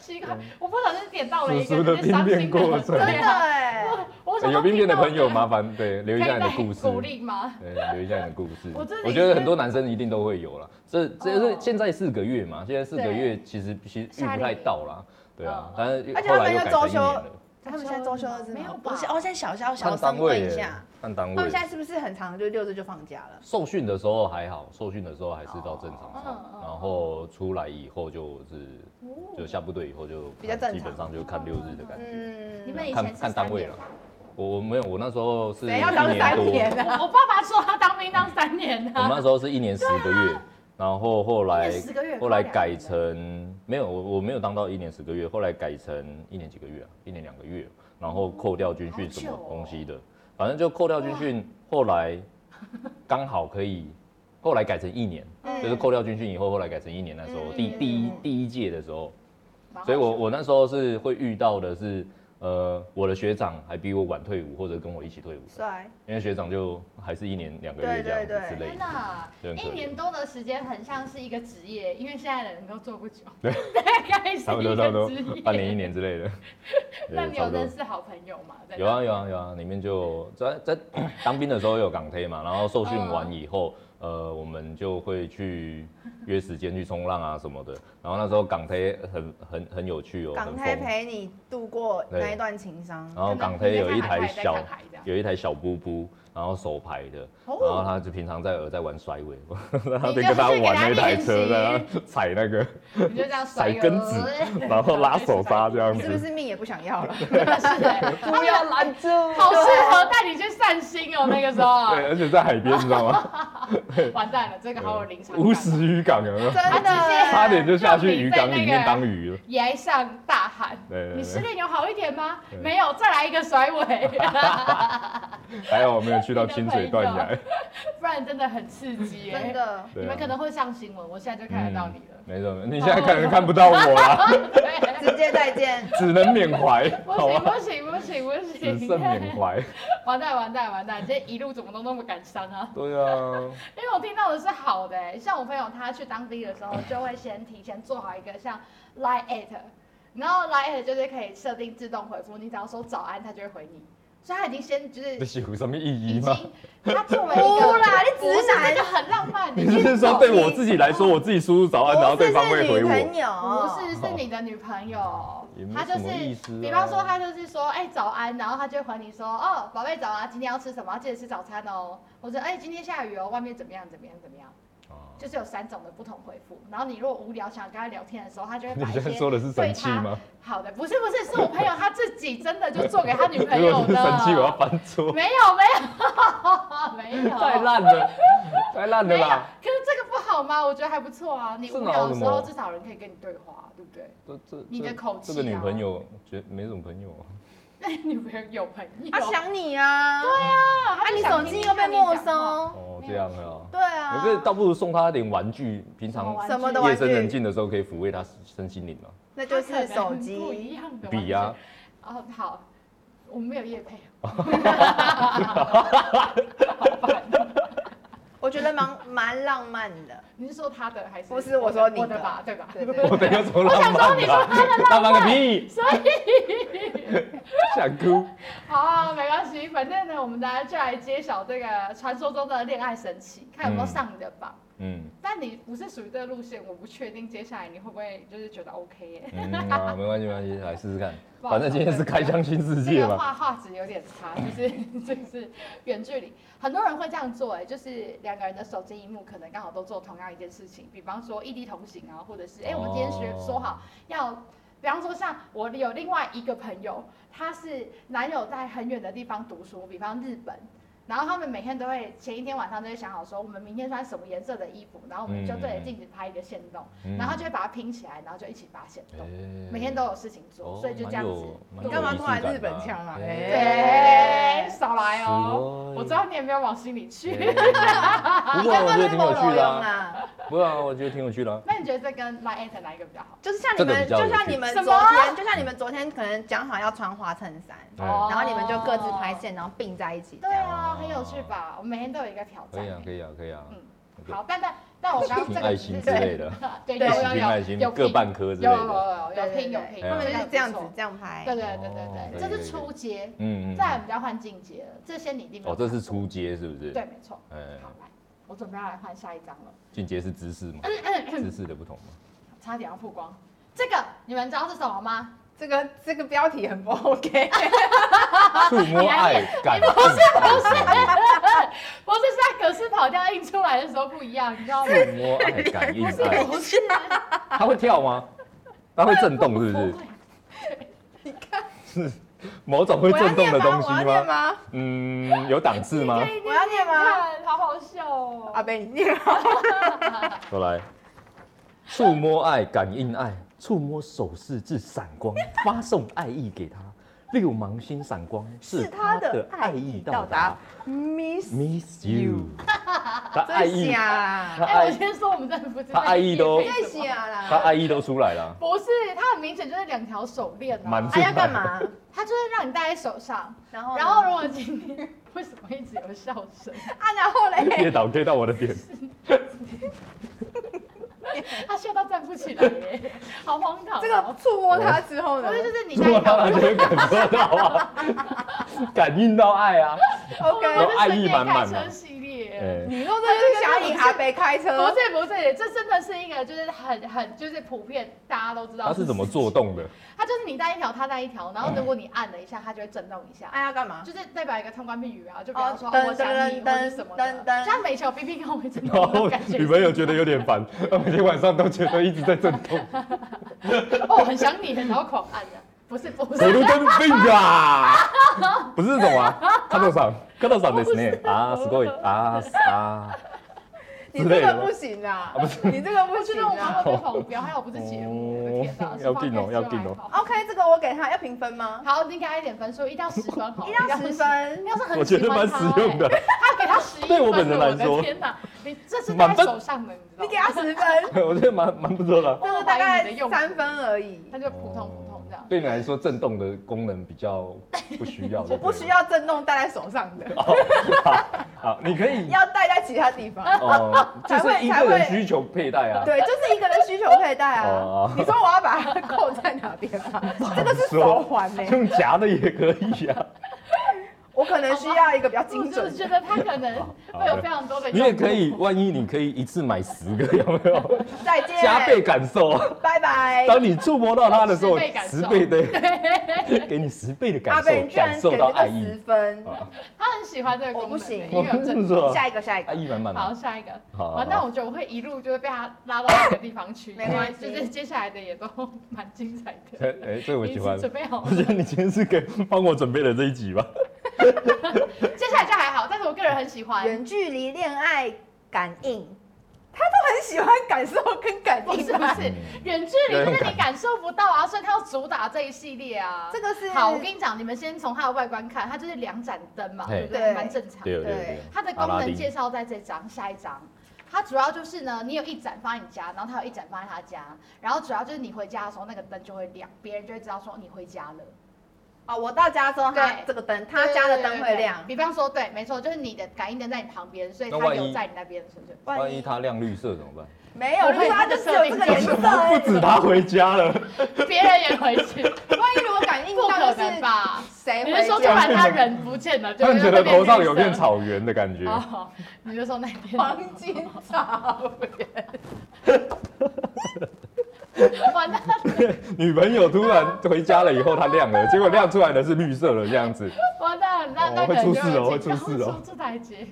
Speaker 3: 奇怪，我不小心点到了一
Speaker 2: 叔叔
Speaker 3: 个
Speaker 2: 的
Speaker 3: 就是伤
Speaker 2: 兵变
Speaker 3: 心
Speaker 2: 过程
Speaker 3: 对
Speaker 5: 真的
Speaker 3: 啊
Speaker 5: 哎，
Speaker 3: 我想说
Speaker 2: 有病变的朋友，
Speaker 3: 听到
Speaker 2: 麻烦对留一下你的故
Speaker 3: 可以再
Speaker 2: 事。
Speaker 3: 鼓励吗？
Speaker 2: 对，留一下你的故事。
Speaker 3: 我自己
Speaker 2: 我觉得很多男生一定都会有啦。这这
Speaker 3: 哦
Speaker 2: 就是现在四个月嘛，现在四个月其实其实遇不太到啦。对啊
Speaker 3: 嗯，
Speaker 2: 但是
Speaker 5: 而且
Speaker 2: 后
Speaker 5: 他们
Speaker 2: 来又
Speaker 5: 又
Speaker 2: 改
Speaker 5: 周
Speaker 2: 成一
Speaker 5: 休
Speaker 2: 年了。
Speaker 5: 他们现在周休日
Speaker 3: 没有吧
Speaker 5: 不是，哦，现在小小小
Speaker 2: 看
Speaker 5: 声
Speaker 2: 单
Speaker 5: 问
Speaker 2: 位
Speaker 5: 一
Speaker 2: 耶
Speaker 5: 下，，
Speaker 2: 看单
Speaker 5: 他
Speaker 2: 位
Speaker 5: 们。现在是不是很长？就六日就放假了？
Speaker 2: 受训的时候还好，受训的时候还是到正常
Speaker 3: 哦嗯
Speaker 2: 上
Speaker 3: 嗯，
Speaker 2: 然后出来以后就是
Speaker 3: 哦
Speaker 2: 就下部队以后就
Speaker 5: 比较正常
Speaker 2: 基本上就看六日的感觉。
Speaker 5: 嗯，
Speaker 3: 哦你们以前
Speaker 2: 看
Speaker 3: 是
Speaker 2: 看单位
Speaker 3: 三
Speaker 2: 了
Speaker 3: 年吗，
Speaker 2: 我我没有，我那时候是一
Speaker 5: 谁要当
Speaker 2: 年
Speaker 5: 三
Speaker 2: 多，
Speaker 5: 年啊？
Speaker 3: 我我爸爸说他当兵当三年
Speaker 2: 我们那
Speaker 3: 啊，
Speaker 2: 时候是一年十个月，然后后来
Speaker 3: 一年十个月
Speaker 2: 后来
Speaker 3: 快两年了
Speaker 2: 改成没有，我我没有当到一年十个月，后来改成一年几个月啊，一年两个月，然后扣掉军训
Speaker 3: 好久
Speaker 2: 什么
Speaker 3: 哦
Speaker 2: 东西的，反正就扣掉军训，后来刚好可以，后来改成一年。
Speaker 5: 嗯
Speaker 2: 就是扣掉军训以后，后来改成一年那时候，
Speaker 5: 嗯
Speaker 2: 第
Speaker 5: 嗯
Speaker 2: 第一
Speaker 5: 嗯
Speaker 2: 第一届的时候，
Speaker 3: 蛮好
Speaker 2: 所以我
Speaker 3: 笑
Speaker 2: 我那时候是会遇到的是，呃，我的学长还比我晚退伍，或者跟我一起退伍的，
Speaker 5: 帅，
Speaker 2: 因为学长就还是一年两个
Speaker 5: 对
Speaker 2: 月这
Speaker 5: 对
Speaker 2: 样子之
Speaker 5: 对
Speaker 4: 天
Speaker 2: 类
Speaker 3: 哎
Speaker 2: 的。
Speaker 4: 哪，
Speaker 2: 就很可
Speaker 4: 一
Speaker 2: 怜
Speaker 4: 年多的时间很像是一个职业，
Speaker 3: 因为现在的人都做不久，
Speaker 2: 对
Speaker 3: 大概是
Speaker 2: 差不
Speaker 3: 一
Speaker 2: 多差不
Speaker 3: 个
Speaker 2: 多
Speaker 3: 职业。
Speaker 2: 半年一年之类 的，
Speaker 3: 那
Speaker 2: 对，
Speaker 3: 你
Speaker 2: 差不
Speaker 3: 有
Speaker 2: 多
Speaker 3: 认。识好朋友吗？在
Speaker 2: 有啊有啊有啊，里面就在在当兵的时候有港铁嘛，然后受训完以
Speaker 3: 哦
Speaker 2: 后，呃，我们就会去约时间去冲浪啊什么的。然后那时候港铁很很很有趣哦，
Speaker 5: 港
Speaker 2: 很
Speaker 5: 台
Speaker 2: 疯
Speaker 5: 陪你度过那一段情伤。哦
Speaker 2: 然后港
Speaker 3: 可能
Speaker 2: 台有一
Speaker 3: 你在看
Speaker 2: 台
Speaker 3: 海在
Speaker 2: 小
Speaker 3: 看海这样
Speaker 2: 有一台小布布，然后手牌的，
Speaker 3: 哦哎
Speaker 2: 然后他就平常在耳在玩甩尾，我 他
Speaker 3: 你
Speaker 2: 就
Speaker 3: 就是
Speaker 2: 跟他
Speaker 3: 给
Speaker 2: 玩
Speaker 3: 他
Speaker 2: 那台
Speaker 3: 练
Speaker 2: 车，
Speaker 3: 习
Speaker 2: 在那踩那 个
Speaker 3: 你就这样
Speaker 2: 甩
Speaker 3: 甩
Speaker 2: 根子， 然后拉手刹这样
Speaker 5: 你是不
Speaker 2: 子。
Speaker 5: 是命也不想要 了？
Speaker 3: 不要拦住，好适合带你去散心哦。那个时候
Speaker 2: 对，而且在海边，你知道 吗？
Speaker 3: 完蛋了，这个好有临场感。哦
Speaker 2: 无死渔港啊，
Speaker 5: 真的，
Speaker 2: 差点就下去渔港里面当鱼了。
Speaker 3: 崖上大喊
Speaker 2: 对对：“对
Speaker 3: 你失恋有好一点吗？
Speaker 2: 对
Speaker 3: 没有，再来一个甩尾，
Speaker 2: 还好我没有去到清水断崖，
Speaker 3: 不然真的很刺激耶。
Speaker 5: 真，的。
Speaker 3: 你
Speaker 2: 对啊
Speaker 3: 们可能会上新闻，我现在就看得到你了。哦
Speaker 2: 没什么，你现在可能看不到我啦，
Speaker 3: 对，
Speaker 5: 直接再见，
Speaker 2: 只能缅怀，
Speaker 3: 不
Speaker 2: 嗯好
Speaker 3: 行
Speaker 2: 吧？
Speaker 3: 不行不行不
Speaker 2: 只
Speaker 3: 行，
Speaker 2: 剩缅怀。
Speaker 3: 完蛋完蛋完蛋！这一路怎么都那么感伤啊？
Speaker 2: 对啊，
Speaker 3: 因为我听到的是好的、欸，像我朋友他去当兵 的时候，就会先提前做好一个像 Line at，然后 Line at 就是可以设定自动回复，你只要说早安，他就会回你，所以他已经先就是
Speaker 2: 这有什么意
Speaker 3: 已
Speaker 2: 义吗？
Speaker 3: 经他做了一
Speaker 5: 不
Speaker 3: 个，
Speaker 5: 啦，你
Speaker 3: 不是
Speaker 5: 直男
Speaker 3: 这就很浪漫，
Speaker 2: 你是说对我自己来说，我自己输入早啊安，然后
Speaker 5: 不
Speaker 2: 对
Speaker 5: 是
Speaker 2: 方会
Speaker 5: 是
Speaker 2: 回
Speaker 5: 女朋
Speaker 2: 我？
Speaker 5: 友，
Speaker 3: 不是，是你的女朋友
Speaker 2: 哦也，没
Speaker 3: 她就
Speaker 2: 什么意
Speaker 3: 是
Speaker 2: 思啊，
Speaker 3: 比方说她就是说，哎、早安，然后她就会回你说，哦，宝贝早啊，今天要吃什么？记得吃早餐哦。或者，哎、今天下雨哦，外面怎么样？怎么样？怎么样？
Speaker 2: 哦
Speaker 3: 就是有三种的不同回复。然后你如果无聊想跟他聊天的时候，他就 会
Speaker 2: 你
Speaker 3: 把一
Speaker 2: 现在
Speaker 3: 些
Speaker 2: 说的是生气吗？
Speaker 3: 好的，不是不是，是我朋友他自己真的就做给他女朋
Speaker 2: 如
Speaker 3: 友
Speaker 2: 果是
Speaker 3: 的。
Speaker 2: 生气，我要翻桌，
Speaker 3: 没有没有没有，
Speaker 2: 哦太烂了，太烂了
Speaker 3: 没有。
Speaker 2: 啦！
Speaker 3: 可是这个不好吗？我觉得还不错啊。你
Speaker 2: 是
Speaker 3: 无
Speaker 2: 哪
Speaker 3: 聊
Speaker 2: 有
Speaker 3: 的
Speaker 2: 什
Speaker 3: 时
Speaker 2: 么
Speaker 3: 候，至少有人可以跟你对话，对不对？
Speaker 2: 这这
Speaker 3: 你的口气
Speaker 2: 这
Speaker 3: 啊
Speaker 2: 个女朋友觉得没什么朋友，
Speaker 3: 女朋友有朋友，
Speaker 5: 他想你啊，对啊，
Speaker 3: 啊
Speaker 5: 啊
Speaker 3: 他
Speaker 5: 你
Speaker 3: 就
Speaker 5: 手
Speaker 3: 想
Speaker 5: 机
Speaker 3: 听
Speaker 5: 又被
Speaker 3: 听
Speaker 5: 没
Speaker 3: 你讲话
Speaker 5: 收，
Speaker 2: 哦，这样哦。
Speaker 5: 对啊，
Speaker 2: 可是倒不如送他点玩具，平
Speaker 3: 什么
Speaker 2: 常
Speaker 3: 玩具
Speaker 5: 什么的
Speaker 2: 夜
Speaker 5: 玩
Speaker 2: 深人
Speaker 5: 具，
Speaker 2: 静的时候可以抚慰他身心灵嘛。
Speaker 5: 那就
Speaker 3: 他可
Speaker 5: 是
Speaker 3: 能
Speaker 5: 手
Speaker 3: 不
Speaker 5: 机。
Speaker 3: 一样的
Speaker 2: 笔呀、
Speaker 3: 完全。哦，好，我们没有夜配，啊
Speaker 5: 我觉得蛮蛮浪漫 的，
Speaker 3: 你是说他的还是？
Speaker 5: 不是我说你的
Speaker 3: 我的吧，对吧？
Speaker 5: 对
Speaker 2: 啊， 我
Speaker 5: 对，
Speaker 2: 等下从浪漫
Speaker 3: 我想说你说
Speaker 2: 的浪漫个屁，所以想哭。
Speaker 3: 好、啊，没关系，反正呢，我们大家就来揭晓这个传说中的恋爱神器，看有没有上你的榜。
Speaker 2: 嗯
Speaker 3: 但你不是属于这个路线，我不确定接下来你会不会就是觉得 OK 耶、
Speaker 2: 嗯啊，没关系没关系，来试试看。
Speaker 3: 不好
Speaker 2: 反正今天是开箱新世
Speaker 3: 这
Speaker 2: 界
Speaker 3: 个
Speaker 2: 嘛。
Speaker 3: 画画质有点差，就是 就是远距离，很多人会这样做哎，就是两个人的手机荧幕可能刚好都做同样一件事情，比方说异地同行啊，或者是哎、我们今天学
Speaker 2: 哦
Speaker 3: 说好要，比方说像我有另外一个朋友，她是男友在很远的地方读书，比方日本。然后他们每天都会前一天晚上都会想好说，我们明天穿什么颜色的衣服，然后我们就对着镜子拍一个线动，
Speaker 2: 嗯
Speaker 3: 然后就会把它拼起来，然后就一起发线动，
Speaker 2: 哎哦
Speaker 3: 每天都有事情做，所以就这样子。
Speaker 2: 蛮有蛮有
Speaker 5: 你干嘛
Speaker 2: 仪式
Speaker 5: 突然
Speaker 2: 感
Speaker 5: 日本
Speaker 2: 的
Speaker 5: 腔啊
Speaker 2: 哎
Speaker 3: 对，少来哦！
Speaker 2: 是
Speaker 3: 我知道你也没有往心里去。
Speaker 2: 哎不过我觉得挺有趣的啊，
Speaker 5: 啦，
Speaker 2: 不过啊我觉得挺有趣的啊。
Speaker 3: 那你觉得这跟 Line at 哪一个比较好？
Speaker 5: 就是像你
Speaker 2: 这个
Speaker 5: 们，
Speaker 2: 比较有
Speaker 5: 就
Speaker 2: 趣
Speaker 5: 像你们
Speaker 3: 什么
Speaker 5: 昨天，就像你们昨天可能讲好要穿花衬衫，
Speaker 2: 哎
Speaker 3: 哦
Speaker 5: 然后你们就各自拍线，然后并在一起这
Speaker 3: 对
Speaker 5: 样。
Speaker 3: 啊，很有趣吧？我们每天都有一个挑
Speaker 2: 可以啊，
Speaker 3: 战。
Speaker 2: 可以啊，可以啊。
Speaker 3: 嗯
Speaker 2: 以
Speaker 3: 好，但但但我刚刚
Speaker 2: 凭
Speaker 3: 这个
Speaker 2: 爱
Speaker 3: 只
Speaker 2: 心
Speaker 3: 是
Speaker 2: 之类的，
Speaker 3: 对，有
Speaker 5: 对
Speaker 2: 喜
Speaker 3: 有
Speaker 2: 心
Speaker 3: 有
Speaker 2: 爱心
Speaker 3: 有
Speaker 2: 各
Speaker 3: 拼
Speaker 2: 半颗之类
Speaker 3: 有有
Speaker 2: 的。
Speaker 3: 有有有
Speaker 5: 对
Speaker 3: 拼有拼，
Speaker 5: 他们就是这样子
Speaker 3: 不错。
Speaker 5: 这样拍
Speaker 3: 对。对对对
Speaker 2: 哦
Speaker 3: 对，这
Speaker 2: 可以
Speaker 3: 是
Speaker 2: 可以
Speaker 3: 初阶，
Speaker 2: 嗯嗯。
Speaker 3: 再来我们就要换进阶了。这些你一定没有
Speaker 2: 哦，这是
Speaker 3: 看过
Speaker 2: 初阶是不是？
Speaker 3: 对，。没错。
Speaker 2: 哎，
Speaker 3: 好，来，我准备要来换下一张了。
Speaker 2: 进阶是姿势嘛，姿势的不同嘛。
Speaker 3: 差点要曝光。这个你们知道是什么吗？
Speaker 5: 这个这个标题很不 OK，
Speaker 2: 触摸爱感，不是不
Speaker 3: 不是，是在格式跑调印出来的时候不一样，你知道吗？
Speaker 2: 是，触摸爱感应爱，
Speaker 3: 不是，
Speaker 2: 它会跳吗？它会震动是不是？是某种 会
Speaker 5: 我要
Speaker 2: 震动
Speaker 5: 念
Speaker 2: 的
Speaker 5: 吗？
Speaker 2: 东
Speaker 5: 我要
Speaker 2: 西
Speaker 5: 念
Speaker 2: 吗？
Speaker 5: 吗？
Speaker 2: 嗯，有档次吗？
Speaker 5: 我要念吗？
Speaker 3: 看，好好笑哦。
Speaker 5: 阿贝，你念啊。
Speaker 2: 我来，触摸爱感应爱，触摸手势致闪光，发送爱意给他。 六芒星闪光是他的爱意到达。
Speaker 5: Miss
Speaker 2: Miss you，他爱意，
Speaker 5: 下啦，
Speaker 2: 他
Speaker 3: 哎，我
Speaker 2: 爱
Speaker 3: 先说，我们真的不知道
Speaker 2: 他爱意都
Speaker 3: 在
Speaker 5: 最
Speaker 3: 写什么
Speaker 5: 下
Speaker 2: 他
Speaker 5: 啦。
Speaker 2: 爱意都出来 了。
Speaker 3: 不是，它很明显就是两条手链
Speaker 2: 满
Speaker 3: 啊，
Speaker 5: 他要哎干嘛？
Speaker 3: 它就是让你戴在手上。
Speaker 5: 然后呢
Speaker 3: 然后如果今天为什么一直有笑声？
Speaker 5: 啊，然后嘞，
Speaker 2: 跌倒跌到我的 点，
Speaker 3: 他笑到站不起来 耶，好荒唐哦。
Speaker 5: 这个触摸他之后呢
Speaker 3: 不是，就是你
Speaker 2: 触
Speaker 3: 戴一
Speaker 2: 摸 到
Speaker 3: 条
Speaker 2: 他就会感受到啊，感应到爱 啊。
Speaker 3: 我
Speaker 5: ？OK，
Speaker 3: 们
Speaker 2: 爱
Speaker 3: 是
Speaker 2: 意满满
Speaker 3: 开
Speaker 2: 啊
Speaker 3: 车系列。
Speaker 2: 哎，
Speaker 5: 你说这就是想要引阿北开车
Speaker 3: 不，是不是，这真的是一个就是很很就是普遍大家都知道。
Speaker 2: 他是怎么做？动的？
Speaker 3: 它就是你戴一条，它戴一条，然后如果你按了一下，它就会震动一下。
Speaker 5: 哎要干嘛？
Speaker 3: 就是代表一个通关密语啊，就比
Speaker 5: 哦
Speaker 3: 方说、
Speaker 5: 噔
Speaker 3: 我想你
Speaker 5: 噔
Speaker 3: 或是什么
Speaker 5: 噔
Speaker 3: 的，
Speaker 5: 噔
Speaker 3: 像美球 B B 跟我们真的
Speaker 2: 然
Speaker 3: 那种
Speaker 2: 后
Speaker 3: 感觉，
Speaker 2: 哦女朋友觉得有点烦， 每天晚上都觉得一直在震动，
Speaker 3: 哦很想你，然后狂按的，不是不
Speaker 2: 谁都
Speaker 3: 是，
Speaker 2: 真病 啊！不是这种啊，看到上，看到上的是呢啊，すごい啊啊，
Speaker 5: 你这个不行啊，你这个不
Speaker 3: 我觉
Speaker 5: 行
Speaker 3: 得我
Speaker 5: 啊
Speaker 3: 们。会被黄标，还有不是节目，我的天哪
Speaker 2: 哦， 要进哦要进哦
Speaker 3: 哦。
Speaker 5: OK，这个我给他要评分吗？
Speaker 3: 好，你给他一点分数，一定要十分好，
Speaker 5: 一定要十。分。
Speaker 3: 要是很
Speaker 2: 我觉得蛮实用的
Speaker 3: 喜欢。他，哎他给他十一分，
Speaker 2: 对我本人来
Speaker 3: 的
Speaker 2: 说
Speaker 3: 天哪，你这是戴
Speaker 2: 满
Speaker 3: 在
Speaker 2: 分
Speaker 3: 手上的，你知道吗？
Speaker 5: 你给他十分，
Speaker 2: 我觉得蛮蛮不错的啊。
Speaker 5: 这个大概三分而已。
Speaker 3: 他就普通普通这样。
Speaker 2: 对你来说，震动的功能比较不需 要。
Speaker 5: 我不需。要震动戴在手上的，
Speaker 2: 哦好，你可以
Speaker 5: 要戴在其他地方。
Speaker 2: 哦，就
Speaker 5: 才会
Speaker 2: 是一个人需求佩戴啊。
Speaker 5: 对，就是一个人需求佩戴啊
Speaker 2: 哦。
Speaker 5: 你说我要把它扣在哪边吗？这个是手环呢，
Speaker 2: 用夹的也可以啊，
Speaker 5: 我可能需要一个比较精
Speaker 3: 我
Speaker 5: 准
Speaker 3: 就是。觉得他可能会有非常多的。
Speaker 2: 你也可以，。万一你可以一次买十个，有没 有？
Speaker 5: 再见，
Speaker 2: 加倍，感受啊！
Speaker 5: 拜拜。
Speaker 2: 当你触摸到它的时候，
Speaker 3: 十倍感受
Speaker 2: 十倍的，给你十倍的
Speaker 5: 阿
Speaker 2: 感
Speaker 5: 北，
Speaker 2: 受，
Speaker 5: 你居然
Speaker 2: 感
Speaker 5: 给
Speaker 2: 受到
Speaker 5: 了
Speaker 2: 爱
Speaker 5: 个
Speaker 2: 意
Speaker 5: 十。分，
Speaker 2: 啊
Speaker 3: 他很喜欢这个功能，
Speaker 5: 我不行
Speaker 3: 因为 有震动。
Speaker 2: 是
Speaker 5: 下一个，下一个。
Speaker 2: 爱意满满
Speaker 3: 好，
Speaker 2: 啊。
Speaker 3: 下一个。
Speaker 2: 好
Speaker 3: 啊，那我觉得我会一路就是被他拉到那个地方去，
Speaker 5: 没关系
Speaker 3: 因为就是接下来的也都蛮精彩
Speaker 2: 哎
Speaker 3: 的。
Speaker 2: 哎，这个我
Speaker 3: 你已
Speaker 2: 喜
Speaker 3: 经
Speaker 2: 欢。
Speaker 3: 准备好
Speaker 2: 我
Speaker 3: 了
Speaker 2: 觉，得你今天是给帮我准备了这一集吧？
Speaker 3: 接下来就还好，但是我个人很喜欢。
Speaker 5: 远距离恋爱感应，很喜欢感受跟感
Speaker 3: 不
Speaker 5: 应啊
Speaker 3: 是不
Speaker 5: 吧。
Speaker 3: 是
Speaker 2: 嗯，
Speaker 3: 远距离就是你感受不到啊，所以他要主打这一系列啊。
Speaker 5: 这个是
Speaker 3: 好，我跟你讲，你们先从它的外观看，它就是两盏灯嘛，
Speaker 2: 嘿
Speaker 3: 对不对？
Speaker 5: 对
Speaker 3: 蛮正常的。
Speaker 2: 对对
Speaker 5: 对
Speaker 2: 对，
Speaker 3: 它的功能介绍在这张，下一张。它主要就是呢，你有一盏放在你家，然后它有一盏放在他家，然后主要就是你回家的时候，那个灯就会亮，别人就会知道说你回家了。
Speaker 5: 哦，我到家之后，它
Speaker 3: 对
Speaker 5: 这个灯，他家的灯会亮
Speaker 3: 对对对对。比方说，对，没错，就是你的感应灯在你旁边，所以它
Speaker 2: 那万一
Speaker 3: 有在你那边，是不是？
Speaker 2: 万一它亮绿色怎么办？
Speaker 5: 没有，就是它就只有这个颜色。
Speaker 2: 不止他回家了，
Speaker 3: 别人也回去，
Speaker 5: 万一如果感应
Speaker 3: 不
Speaker 5: 到
Speaker 3: 可
Speaker 5: 就
Speaker 3: 能
Speaker 5: 是
Speaker 3: 吧？
Speaker 5: 谁
Speaker 3: 你是说
Speaker 5: 回
Speaker 3: 突然
Speaker 5: 家，
Speaker 3: 他人不见了，就
Speaker 2: 他们觉得头上有片
Speaker 3: 草。
Speaker 2: 草原的感觉。
Speaker 3: 哦，你就说那 边
Speaker 5: 黄金草原。
Speaker 3: 完蛋，
Speaker 2: 女朋友突然回家了以后，它亮了，结果亮出来的是绿色的这样子。
Speaker 3: 完蛋，那那
Speaker 2: 哦
Speaker 3: 可能就
Speaker 2: 会出事哦
Speaker 3: 会警告
Speaker 2: 会出事哦
Speaker 3: 出这台阶，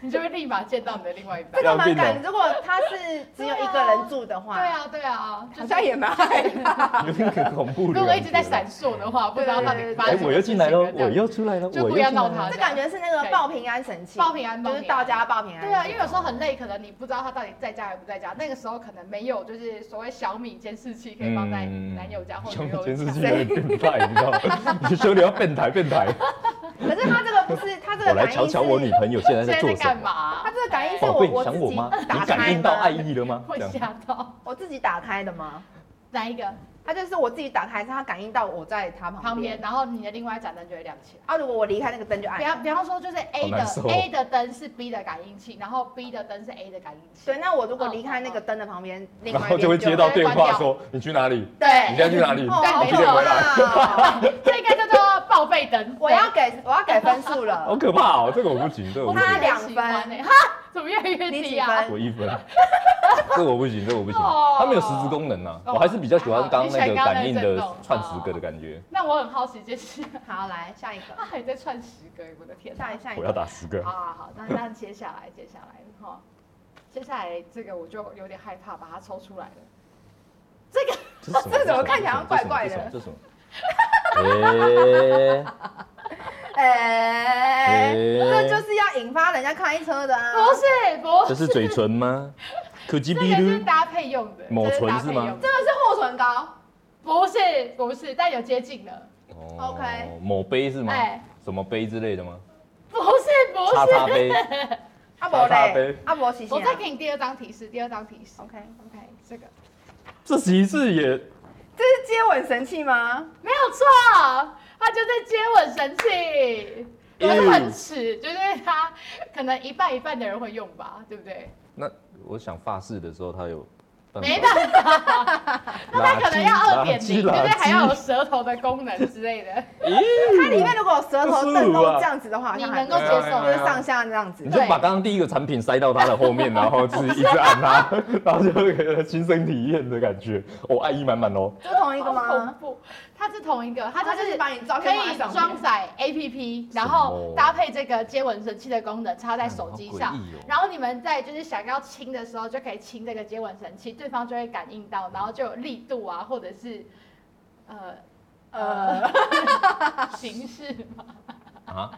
Speaker 3: 你就会立马见到你的另外 一半
Speaker 5: 这。个
Speaker 2: 要
Speaker 5: 蛮
Speaker 2: 定了
Speaker 5: 感，如果他是只有一个人住的话，
Speaker 3: 对，啊，对啊，就
Speaker 5: 好
Speaker 3: 是
Speaker 5: 像也蛮害怕。
Speaker 2: 有点恐怖的。
Speaker 3: 如果一直在，闪烁的话，不知道到底发
Speaker 2: 哎
Speaker 3: 生，什么
Speaker 2: 我又进来了
Speaker 3: 事，情
Speaker 2: 我又出来了，
Speaker 3: 就
Speaker 2: 我又
Speaker 3: 不要
Speaker 2: 进来
Speaker 3: 闹
Speaker 2: 了
Speaker 3: 他。
Speaker 5: 这感觉是那个报平安神器，
Speaker 3: 报平安报
Speaker 5: 就
Speaker 3: 平安
Speaker 5: 是到家报平安。
Speaker 3: 对啊，因为有时候很累，可能你不知道他到底在家还不在家。那个时候可能没有，就是所谓小米监视器可以放在
Speaker 2: 嗯
Speaker 3: 男友
Speaker 5: 哦
Speaker 3: 家或
Speaker 2: 兄
Speaker 3: 女
Speaker 2: 弟
Speaker 3: 友
Speaker 2: 监视器
Speaker 3: 家。
Speaker 2: 有点变态，你知道吗？你兄弟要变态变态，
Speaker 5: 可是他这个不是，他这
Speaker 2: 我
Speaker 5: 个
Speaker 2: 来
Speaker 5: 感应
Speaker 2: 瞧瞧我女
Speaker 5: 是，
Speaker 2: 朋友现在
Speaker 3: 现
Speaker 2: 在
Speaker 3: 在在
Speaker 2: 做什
Speaker 3: 干
Speaker 2: 么。
Speaker 3: 嘛
Speaker 5: 他？这个感应是
Speaker 2: 宝
Speaker 5: 我
Speaker 2: 贝，你
Speaker 5: 我自
Speaker 2: 想我
Speaker 5: 己
Speaker 2: 吗？
Speaker 5: 打
Speaker 2: 你感
Speaker 5: 开
Speaker 2: 应到爱
Speaker 5: 的，
Speaker 2: 意了吗？
Speaker 3: 会
Speaker 2: 这样
Speaker 3: 吓到
Speaker 5: 我自己打开的吗？
Speaker 3: 哪一个
Speaker 5: 他就是我自己打开，是他感应到我在他旁
Speaker 3: 旁
Speaker 5: 边
Speaker 3: 边，。然后你的另外一盏灯就会亮起来。
Speaker 5: 啊，如果我离开那个灯就暗
Speaker 3: 比
Speaker 5: 了。
Speaker 3: 方比方说，就是 A
Speaker 2: 好
Speaker 3: 的
Speaker 2: 难受
Speaker 3: A 的灯是 B 的感应器，然后 B 的灯是 A 的感应器。
Speaker 5: 对，那我如果离开那个灯的旁边，另
Speaker 2: 哦然
Speaker 5: 外一
Speaker 2: 后
Speaker 5: 边
Speaker 2: 就会接到电话
Speaker 3: 就会
Speaker 2: 说你去哪里？你
Speaker 5: 对，
Speaker 2: 现在去哪里？
Speaker 5: 哦好
Speaker 2: 几点回来？
Speaker 5: 可怕哦！
Speaker 3: 这应该叫做报备灯。
Speaker 5: 我要给 我要给分数了
Speaker 2: 好，可怕哦，这个我不行，这个我不
Speaker 5: 他
Speaker 2: 行，
Speaker 5: 两
Speaker 3: 喜
Speaker 5: 分
Speaker 3: 欢欸哈，怎么越来越
Speaker 5: 你
Speaker 3: 低
Speaker 5: 几
Speaker 3: 啊？
Speaker 5: 分？
Speaker 2: 我一分。这个我不行，这个我不行，
Speaker 3: 哦
Speaker 2: 它没有实质功能呐、
Speaker 3: 哦
Speaker 2: 我还是比较喜欢刚刚那
Speaker 3: 你
Speaker 2: 个
Speaker 3: 喜欢刚刚
Speaker 2: 感应
Speaker 3: 那个震
Speaker 2: 的
Speaker 3: 动
Speaker 2: 串十个的感觉。
Speaker 3: 那我很好奇，就是
Speaker 5: 好，来下一个，
Speaker 3: 他还在串十个，欸我的天哪！
Speaker 5: 下一下一
Speaker 2: 我要
Speaker 5: 个。
Speaker 2: 打十个
Speaker 5: 哦
Speaker 3: 好，好好，那那接下来接下来哈，接下来这个我就有点害怕，把它抽出来了。
Speaker 2: 这是什么？
Speaker 5: 这怎么看起来好像怪怪的
Speaker 2: 这是什么？这 是什么
Speaker 5: 哎，
Speaker 2: 诶
Speaker 5: 这就是要引发人家开车的啊！
Speaker 3: 不是不
Speaker 2: 诶，这
Speaker 3: 是，
Speaker 2: 是嘴唇吗？可吉
Speaker 3: 这
Speaker 2: 比
Speaker 3: 个是
Speaker 2: 鲁
Speaker 3: 搭配用的，
Speaker 2: 抹
Speaker 3: 这是
Speaker 2: 唇
Speaker 3: 搭
Speaker 2: 是
Speaker 3: 配
Speaker 2: 吗
Speaker 3: 用的
Speaker 5: 这？个是护唇膏，
Speaker 3: 不是不是，但有接近了。
Speaker 2: 哦
Speaker 5: OK
Speaker 2: 某杯是吗
Speaker 3: 哎？
Speaker 2: 什么杯之类的吗？
Speaker 3: 不是不
Speaker 2: 叉叉
Speaker 3: 是，
Speaker 2: 杯，
Speaker 5: 阿伯
Speaker 2: 茶咖啡
Speaker 5: 啊嘞，阿伯洗洗
Speaker 3: 我
Speaker 5: 啊。
Speaker 3: 再给你第二张提示，第二张提示。
Speaker 5: OK，
Speaker 3: OK，这个
Speaker 2: 这其实也
Speaker 5: 这是接吻神器吗？
Speaker 3: 没有错，他就是接吻神器，就是
Speaker 2: 哎
Speaker 3: 很耻，就是他可能一半一半的人会用吧，对不对？
Speaker 2: 那我想发誓的时候，他有办法
Speaker 3: 没办法，那他可能要二点零，就是
Speaker 2: 垃圾
Speaker 3: 还要有舌头的功能之类的。
Speaker 5: 它里面如果有舌头震动这样子的话，好像还
Speaker 3: 你能够接受
Speaker 5: 就是上下这样子
Speaker 2: 你。就把刚刚第一个产品塞到他的后面，然后自己一直按它，然后就会给他亲身体验的感觉，哦，爱意满满哦。
Speaker 5: 这同一个
Speaker 3: 好恐
Speaker 5: 吗？
Speaker 3: 怖，它是同一个，它
Speaker 5: 它
Speaker 3: 就
Speaker 5: 就是
Speaker 3: 是
Speaker 5: 把你照
Speaker 3: 可
Speaker 5: 片放在
Speaker 3: 以
Speaker 5: 上
Speaker 3: 装
Speaker 5: 面。
Speaker 3: 载 APP，然后搭配这个接吻神器的功能，插在手机上
Speaker 2: 好诡异哦。
Speaker 3: 然后你们在就是想要亲的时候，就可以亲这个接吻神器，对方就会感应到，然后就有力度啊，或者是呃
Speaker 5: 呃，
Speaker 3: 形式嘛。
Speaker 2: 啊，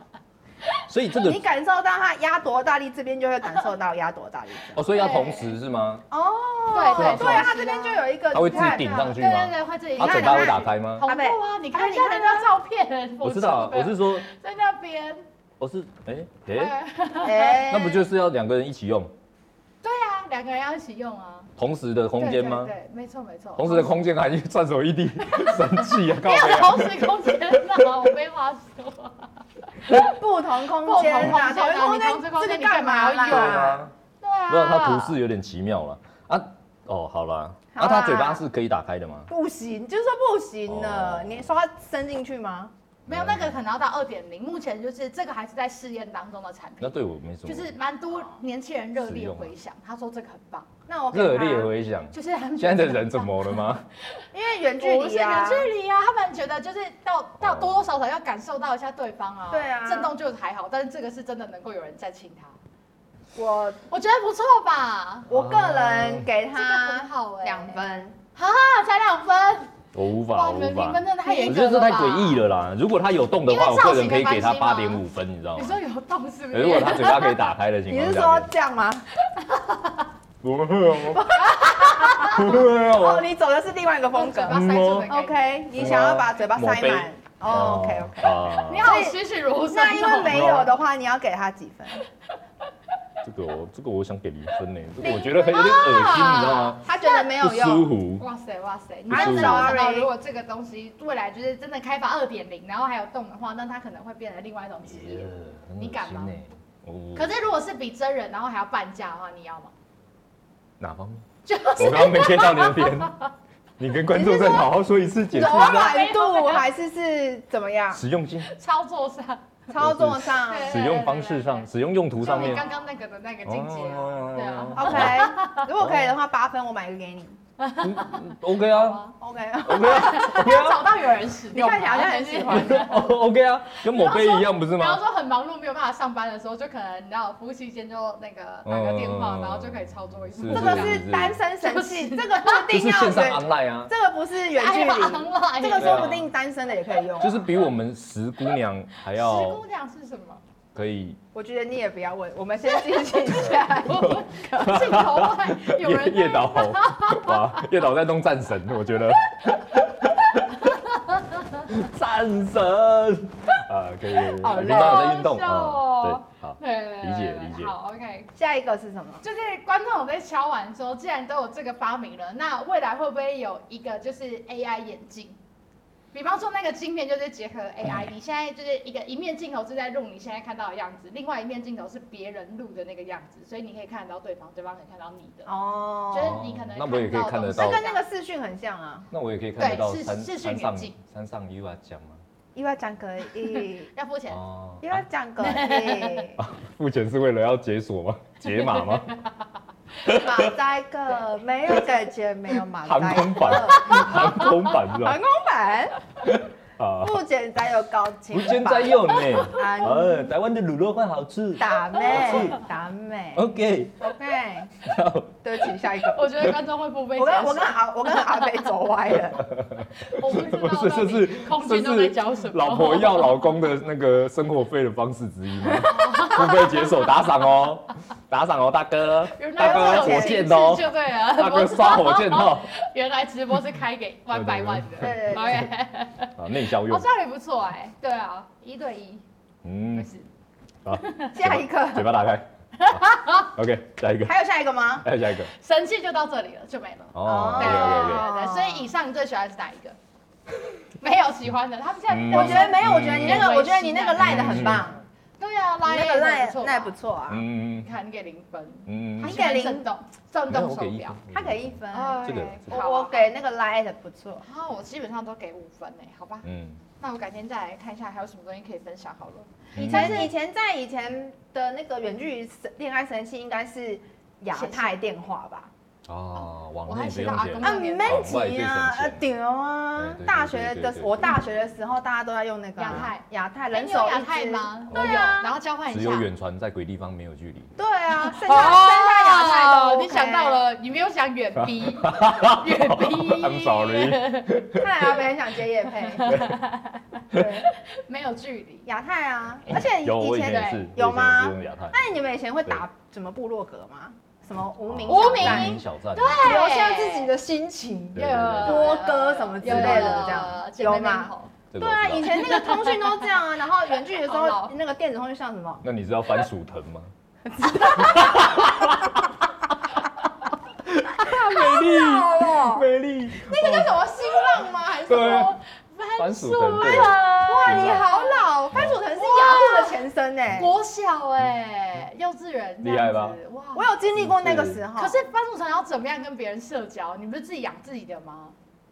Speaker 2: 所以这个
Speaker 5: 你感受到它压多大力，这边就会感受到压多大力。
Speaker 2: 哦，所以要同时是吗？
Speaker 5: 哦，
Speaker 3: 对对
Speaker 5: 对啊，
Speaker 3: 同时啊
Speaker 5: 它这边就有一个，
Speaker 2: 它会
Speaker 5: 你
Speaker 2: 自
Speaker 5: 看
Speaker 2: 己顶上去
Speaker 3: 对
Speaker 2: 吗
Speaker 3: 对？对，会这里
Speaker 2: 它
Speaker 5: 啊
Speaker 3: 看
Speaker 2: 嘴巴会打开吗？
Speaker 3: 恐怖啊！你看一下人家照片，
Speaker 2: 我知道，我是说，
Speaker 3: 在那边。
Speaker 2: 我是哎哎，
Speaker 3: 哎，
Speaker 5: 哎
Speaker 2: 那不就是要两个人一起用，
Speaker 3: 对啊，两个人要一起用啊。
Speaker 2: 同时的空间吗
Speaker 3: 对？对，对没错没错。
Speaker 2: 同时的空间还占手 一地，神器啊！告
Speaker 3: 没有
Speaker 2: 诉
Speaker 3: 同时空间啊，我没话说。
Speaker 5: 不同空间啦，
Speaker 3: 不同空间啊
Speaker 5: 同一个空
Speaker 3: 你同一个空间
Speaker 5: 间这个干嘛
Speaker 3: 你干嘛要
Speaker 2: 对
Speaker 5: 啦？
Speaker 2: 啊，
Speaker 3: 对啊，
Speaker 2: 不知道它图示有点奇妙了啊。哦，好啦，那
Speaker 3: 啊
Speaker 5: 好啦
Speaker 2: 它嘴巴是可以打开的吗？
Speaker 5: 不行，就是说不行了。
Speaker 2: 哦
Speaker 5: 你说它伸进去吗？
Speaker 3: 没有那个可能要到二点零，目前就是这个还是在试验当中的产
Speaker 2: 那
Speaker 3: 品，
Speaker 2: 对我没什么。
Speaker 3: 就是蛮多年轻人热
Speaker 2: 使
Speaker 3: 烈
Speaker 2: 用啊
Speaker 3: 回响，他说这个很棒，
Speaker 5: 那我给
Speaker 2: 热
Speaker 5: 它
Speaker 2: 烈回响。
Speaker 3: 就是他们
Speaker 2: 现在的人怎么了 吗？
Speaker 5: 因为远距
Speaker 3: 不是
Speaker 5: 离
Speaker 3: 远
Speaker 5: 啊，
Speaker 3: 距离啊，他们觉得就是到到多多少少要感受到一下对方啊，
Speaker 5: 对啊
Speaker 3: 震动就还好，但是这个是真的能够有人在亲他，
Speaker 5: 我
Speaker 3: 我觉得不错吧，
Speaker 5: 我个人给
Speaker 3: 这个
Speaker 5: 它
Speaker 3: 很好哎，
Speaker 5: 两分。
Speaker 3: 啊，才两分，
Speaker 2: 我无法，
Speaker 3: 哇，
Speaker 2: 我无
Speaker 3: 你们
Speaker 2: 法
Speaker 3: 评分。真的太
Speaker 2: 我
Speaker 3: 严
Speaker 2: 觉
Speaker 3: 格
Speaker 2: 得这
Speaker 3: 了，
Speaker 2: 太诡异。了啦！如果他有动的话，
Speaker 3: 因
Speaker 2: 我
Speaker 3: 为造
Speaker 2: 个
Speaker 3: 型
Speaker 2: 人可以给他
Speaker 3: 的
Speaker 2: 八
Speaker 3: 关系
Speaker 2: 点
Speaker 3: 吗
Speaker 2: 五分，你知道
Speaker 3: 你
Speaker 2: 吗？
Speaker 3: 说有动是不是？
Speaker 2: 如果他嘴巴可以打开的情
Speaker 5: 你
Speaker 2: 况
Speaker 5: 是
Speaker 2: 下
Speaker 5: 说
Speaker 2: 面，
Speaker 5: 这样吗？
Speaker 2: 不会哦，不会
Speaker 5: 哦，
Speaker 2: 哦，
Speaker 5: 你走的是另外一个风格
Speaker 3: 把。嘴巴塞住的感觉。
Speaker 2: 嗯
Speaker 5: OK，你想要把嘴巴塞
Speaker 2: 抹
Speaker 5: 满
Speaker 2: 杯。
Speaker 5: 哦 OK OK。
Speaker 2: 啊
Speaker 3: 你好栩栩如生哦。
Speaker 5: 那因为没有的话，你要给他几 分？
Speaker 2: 这个我这个我想给零分呢，这个我觉得很有点恶心，你知道吗？
Speaker 5: 他觉得没
Speaker 2: 不
Speaker 5: 有
Speaker 2: 舒
Speaker 5: 用。
Speaker 2: 服，
Speaker 3: 哇塞哇塞！你
Speaker 2: 不是
Speaker 3: 真的没有想到，
Speaker 5: Sorry
Speaker 3: 如果这个东西未来就是真的开发二点零，然后还有动的话，那它可能会变成另外一种职业。你敢吗
Speaker 2: 很恶心欸？我
Speaker 3: 可是如果是比真人，然后还要半价的话，你要吗？
Speaker 2: 哪方面？
Speaker 3: 就
Speaker 2: 我刚刚没接到你的边， 你跟观众再好好说一次，解释一
Speaker 5: 柔
Speaker 2: 下
Speaker 5: 软度还是是怎么 样？
Speaker 2: 实用性、
Speaker 3: 操作上，
Speaker 5: 操作上
Speaker 3: 对
Speaker 2: 使用方式上、使用用途
Speaker 3: 就
Speaker 2: 上
Speaker 3: 你
Speaker 2: 面。哦
Speaker 3: 刚刚那个的那个境界啊，对啊。
Speaker 5: ，OK。如果可以的话，八分我买一个给你。
Speaker 2: OK 啊
Speaker 5: OK，
Speaker 2: ，OK 啊，OK
Speaker 3: 要
Speaker 2: 啊
Speaker 3: 找到有人使
Speaker 5: 你
Speaker 3: 用吧，
Speaker 5: 看起来好像很喜欢。
Speaker 2: ，OK 啊， 跟某杯一样不是
Speaker 3: 比方
Speaker 2: 吗？
Speaker 3: 说很忙碌没有办法上班的时候，就可能你知道夫妻间就那个打个电话，然后就可以操作一次。
Speaker 2: 哦
Speaker 5: 这
Speaker 2: 是
Speaker 5: 个是单身神器，这个不
Speaker 2: 就
Speaker 5: 一定
Speaker 2: 是
Speaker 5: 要
Speaker 2: 线上
Speaker 5: 远，
Speaker 2: online 啊，
Speaker 5: 这个不是远距
Speaker 3: 哎呀
Speaker 5: 离，
Speaker 3: online
Speaker 5: 这个说不定单身的也可以用。啊
Speaker 2: 就是比我们十姑娘还
Speaker 3: 石
Speaker 2: 要
Speaker 3: 姑娘是什么？
Speaker 2: 可以
Speaker 5: 我觉得你也不要问，我们先进 行下一个。
Speaker 3: 镜头外有
Speaker 2: 夜
Speaker 3: 人
Speaker 2: 夜岛，哇，夜岛在弄战神，我觉得。战神啊，可以，可以
Speaker 5: 好
Speaker 2: 可以平常有在运动
Speaker 3: 好
Speaker 2: 啊
Speaker 3: 笑哦，
Speaker 2: 对，好，
Speaker 3: 对对对，
Speaker 2: 理解
Speaker 3: 对
Speaker 2: 理解
Speaker 3: 好，OK。
Speaker 5: 下一个是什么？
Speaker 3: 就是观众有在敲完说，既然都有这个发明了，那未来会不会有一个就是 AI 眼镜？比方说那个镜片就是结合 AI，、你
Speaker 2: 嗯
Speaker 3: 现在就是一个一面镜头是在录你现在看到的样子，另外一面镜头是别人录的那个样子，所以你可以看得到对方，对方可以看到你的。就是
Speaker 5: 哦，
Speaker 3: 你可能
Speaker 2: 那我也可以看
Speaker 5: 这
Speaker 2: 得到
Speaker 3: 到的东西，
Speaker 5: 跟那个视讯很像啊。
Speaker 2: 那我也可以看得到
Speaker 3: 对是
Speaker 2: 山
Speaker 3: 是
Speaker 2: 山上
Speaker 3: 训练记
Speaker 2: 山上 U 啊讲吗？
Speaker 5: 因为讲可以，
Speaker 3: 要付钱。
Speaker 2: 哦
Speaker 5: 因为讲可 以，
Speaker 2: 付钱是为了要解锁吗？解码吗？
Speaker 5: 马赛克没有感觉，没有马
Speaker 2: 航
Speaker 5: 赛
Speaker 2: 空版
Speaker 5: 克，
Speaker 2: 航空版是吧
Speaker 5: 航？空版
Speaker 2: 啊，
Speaker 5: 不简单有高清
Speaker 2: 不
Speaker 5: 版，
Speaker 2: 见再用呢。
Speaker 5: 安
Speaker 2: 呃，台湾的卤肉饭好吃。
Speaker 5: 打妹，
Speaker 2: 啊
Speaker 5: 打妹
Speaker 2: OK，
Speaker 5: ，OK，对不起，下一个。
Speaker 3: 我觉得观众会不会
Speaker 5: 我跟
Speaker 2: 哦
Speaker 3: 讲
Speaker 5: 我跟阿我跟阿北走歪 了，
Speaker 3: 我不知
Speaker 2: 不
Speaker 3: 道
Speaker 2: 是
Speaker 3: 到
Speaker 2: 这
Speaker 3: 底
Speaker 2: 是
Speaker 3: 空
Speaker 2: 这
Speaker 3: 军都在讲
Speaker 2: 是
Speaker 3: 什么。
Speaker 2: 老婆要老公的那个生活费的方式之一 吗？付费解锁打赏哦，打赏哦，大哥，
Speaker 3: 原来
Speaker 2: 大
Speaker 3: 会有
Speaker 2: 哥
Speaker 5: 这
Speaker 2: 火
Speaker 5: 种
Speaker 2: 箭哦，
Speaker 3: 就对
Speaker 2: 大哥
Speaker 3: 了。
Speaker 2: 刷火箭哦，
Speaker 3: 原来直播是开给万百万的。
Speaker 5: 对对对
Speaker 3: OK。
Speaker 2: 啊，内销
Speaker 3: 哦，
Speaker 2: 用
Speaker 3: 这，样也不错哎、对啊，一对一，没
Speaker 2: 嗯，
Speaker 3: 事。
Speaker 5: 下一个
Speaker 2: 嘴巴 打开好，OK，下一个，
Speaker 5: 还有下一个吗？
Speaker 2: 哎，下一个，
Speaker 3: 神器就到这里了，就没了。
Speaker 2: 哦
Speaker 3: 对
Speaker 2: ，OK
Speaker 3: 对
Speaker 2: OK OK，
Speaker 3: 对
Speaker 5: 哦
Speaker 3: 对对，所以以上你最喜欢是哪一个？ 没有喜欢的，他们现在、
Speaker 2: 嗯
Speaker 5: 我觉得没有，我觉得你那
Speaker 3: 嗯
Speaker 5: 个，我觉得你那个
Speaker 2: 啊
Speaker 5: 赖的很棒，
Speaker 3: 对啊，
Speaker 5: 你
Speaker 3: 拉
Speaker 5: 那个赖
Speaker 3: 也不错吧，
Speaker 5: 赖不错啊，
Speaker 2: 嗯
Speaker 3: 你看你给零分，
Speaker 2: 嗯
Speaker 3: 他
Speaker 5: 嗯
Speaker 2: 嗯，
Speaker 3: 喜欢震动震
Speaker 2: 没有
Speaker 3: 动
Speaker 2: 我
Speaker 3: 手
Speaker 2: 给一
Speaker 3: 表
Speaker 2: 分。，
Speaker 5: 他给一，分，
Speaker 3: 哎
Speaker 2: 这个
Speaker 5: 我
Speaker 3: 好
Speaker 5: 我给那个赖的不错，
Speaker 3: 啊，我基本上都给五分诶、好吧，
Speaker 2: 嗯，
Speaker 3: 那我改天再来看一下还有什么东西可以分享好了。
Speaker 5: 以
Speaker 2: 但是
Speaker 5: 前以前在以前的那个远距离恋爱神器应该是亚太电话吧？
Speaker 2: 哦，
Speaker 3: 我
Speaker 2: 网
Speaker 3: 还
Speaker 2: 内
Speaker 3: 学
Speaker 2: 不
Speaker 3: 到
Speaker 2: 用钱
Speaker 3: 阿公
Speaker 5: 啊，没
Speaker 2: 哦外
Speaker 5: 钱
Speaker 2: 界
Speaker 5: 啊，
Speaker 2: 省
Speaker 5: 啊
Speaker 2: 钱
Speaker 5: 丢啊
Speaker 2: 对对！对
Speaker 5: 大学
Speaker 2: 对
Speaker 5: 的
Speaker 2: 对对
Speaker 5: 我大学的时候，大家都在用那个啊
Speaker 3: 亚太
Speaker 5: 亚太
Speaker 3: 哎
Speaker 5: 人
Speaker 3: 你有
Speaker 5: 手
Speaker 3: 亚
Speaker 5: 一
Speaker 3: 太
Speaker 5: 支？
Speaker 3: 吗？
Speaker 2: 对啊
Speaker 3: 都有然后交换一下。
Speaker 2: 只有远传在鬼地方没有距离。
Speaker 5: 对 啊，剩下剩下亚太的
Speaker 3: 哦
Speaker 5: OK
Speaker 3: 你想到，了，你没有 想远逼，远逼。
Speaker 2: I'm sorry
Speaker 5: 看啊来阿北很想接叶 配。对，
Speaker 3: 没有距离。
Speaker 5: 亚太啊，而且
Speaker 2: 有，我
Speaker 5: 以
Speaker 2: 以
Speaker 5: 前
Speaker 2: 前也是，
Speaker 5: 有
Speaker 2: 我以前
Speaker 5: 吗
Speaker 2: 也是用亚太。
Speaker 5: 那你们以前会打什么部落格吗？什么无名啊
Speaker 3: 无名
Speaker 5: 小站
Speaker 2: 无名小站，
Speaker 5: 留下自己的心情。
Speaker 2: 对对对对
Speaker 5: 播歌什么之类的这
Speaker 3: 姐
Speaker 5: 样
Speaker 3: 妹
Speaker 5: 有吗
Speaker 3: 面孔
Speaker 2: 这个
Speaker 5: 对
Speaker 2: 我
Speaker 5: 啊，
Speaker 2: 知道
Speaker 5: 以前那个通讯都这样啊，然 后远距离的时
Speaker 3: 好
Speaker 5: 候
Speaker 3: 老，
Speaker 5: 那个电子通讯像什么？
Speaker 2: 那你知道番薯藤 吗？
Speaker 5: 哦，
Speaker 2: 美丽，
Speaker 5: 那个叫什么新浪吗？还是什
Speaker 2: 对
Speaker 5: 么
Speaker 2: 啊？番薯藤，对，
Speaker 5: 哇，
Speaker 2: 你知
Speaker 5: 你
Speaker 2: 道
Speaker 5: 好老！番薯藤是雅虎的前身哎、
Speaker 3: 国小哎，幼稚园这样子
Speaker 2: 厉害吧？
Speaker 3: 哇，
Speaker 5: 我有经历过那个时候。
Speaker 3: 可是班主任要怎么样跟别人社交？你不是自己养自己的吗？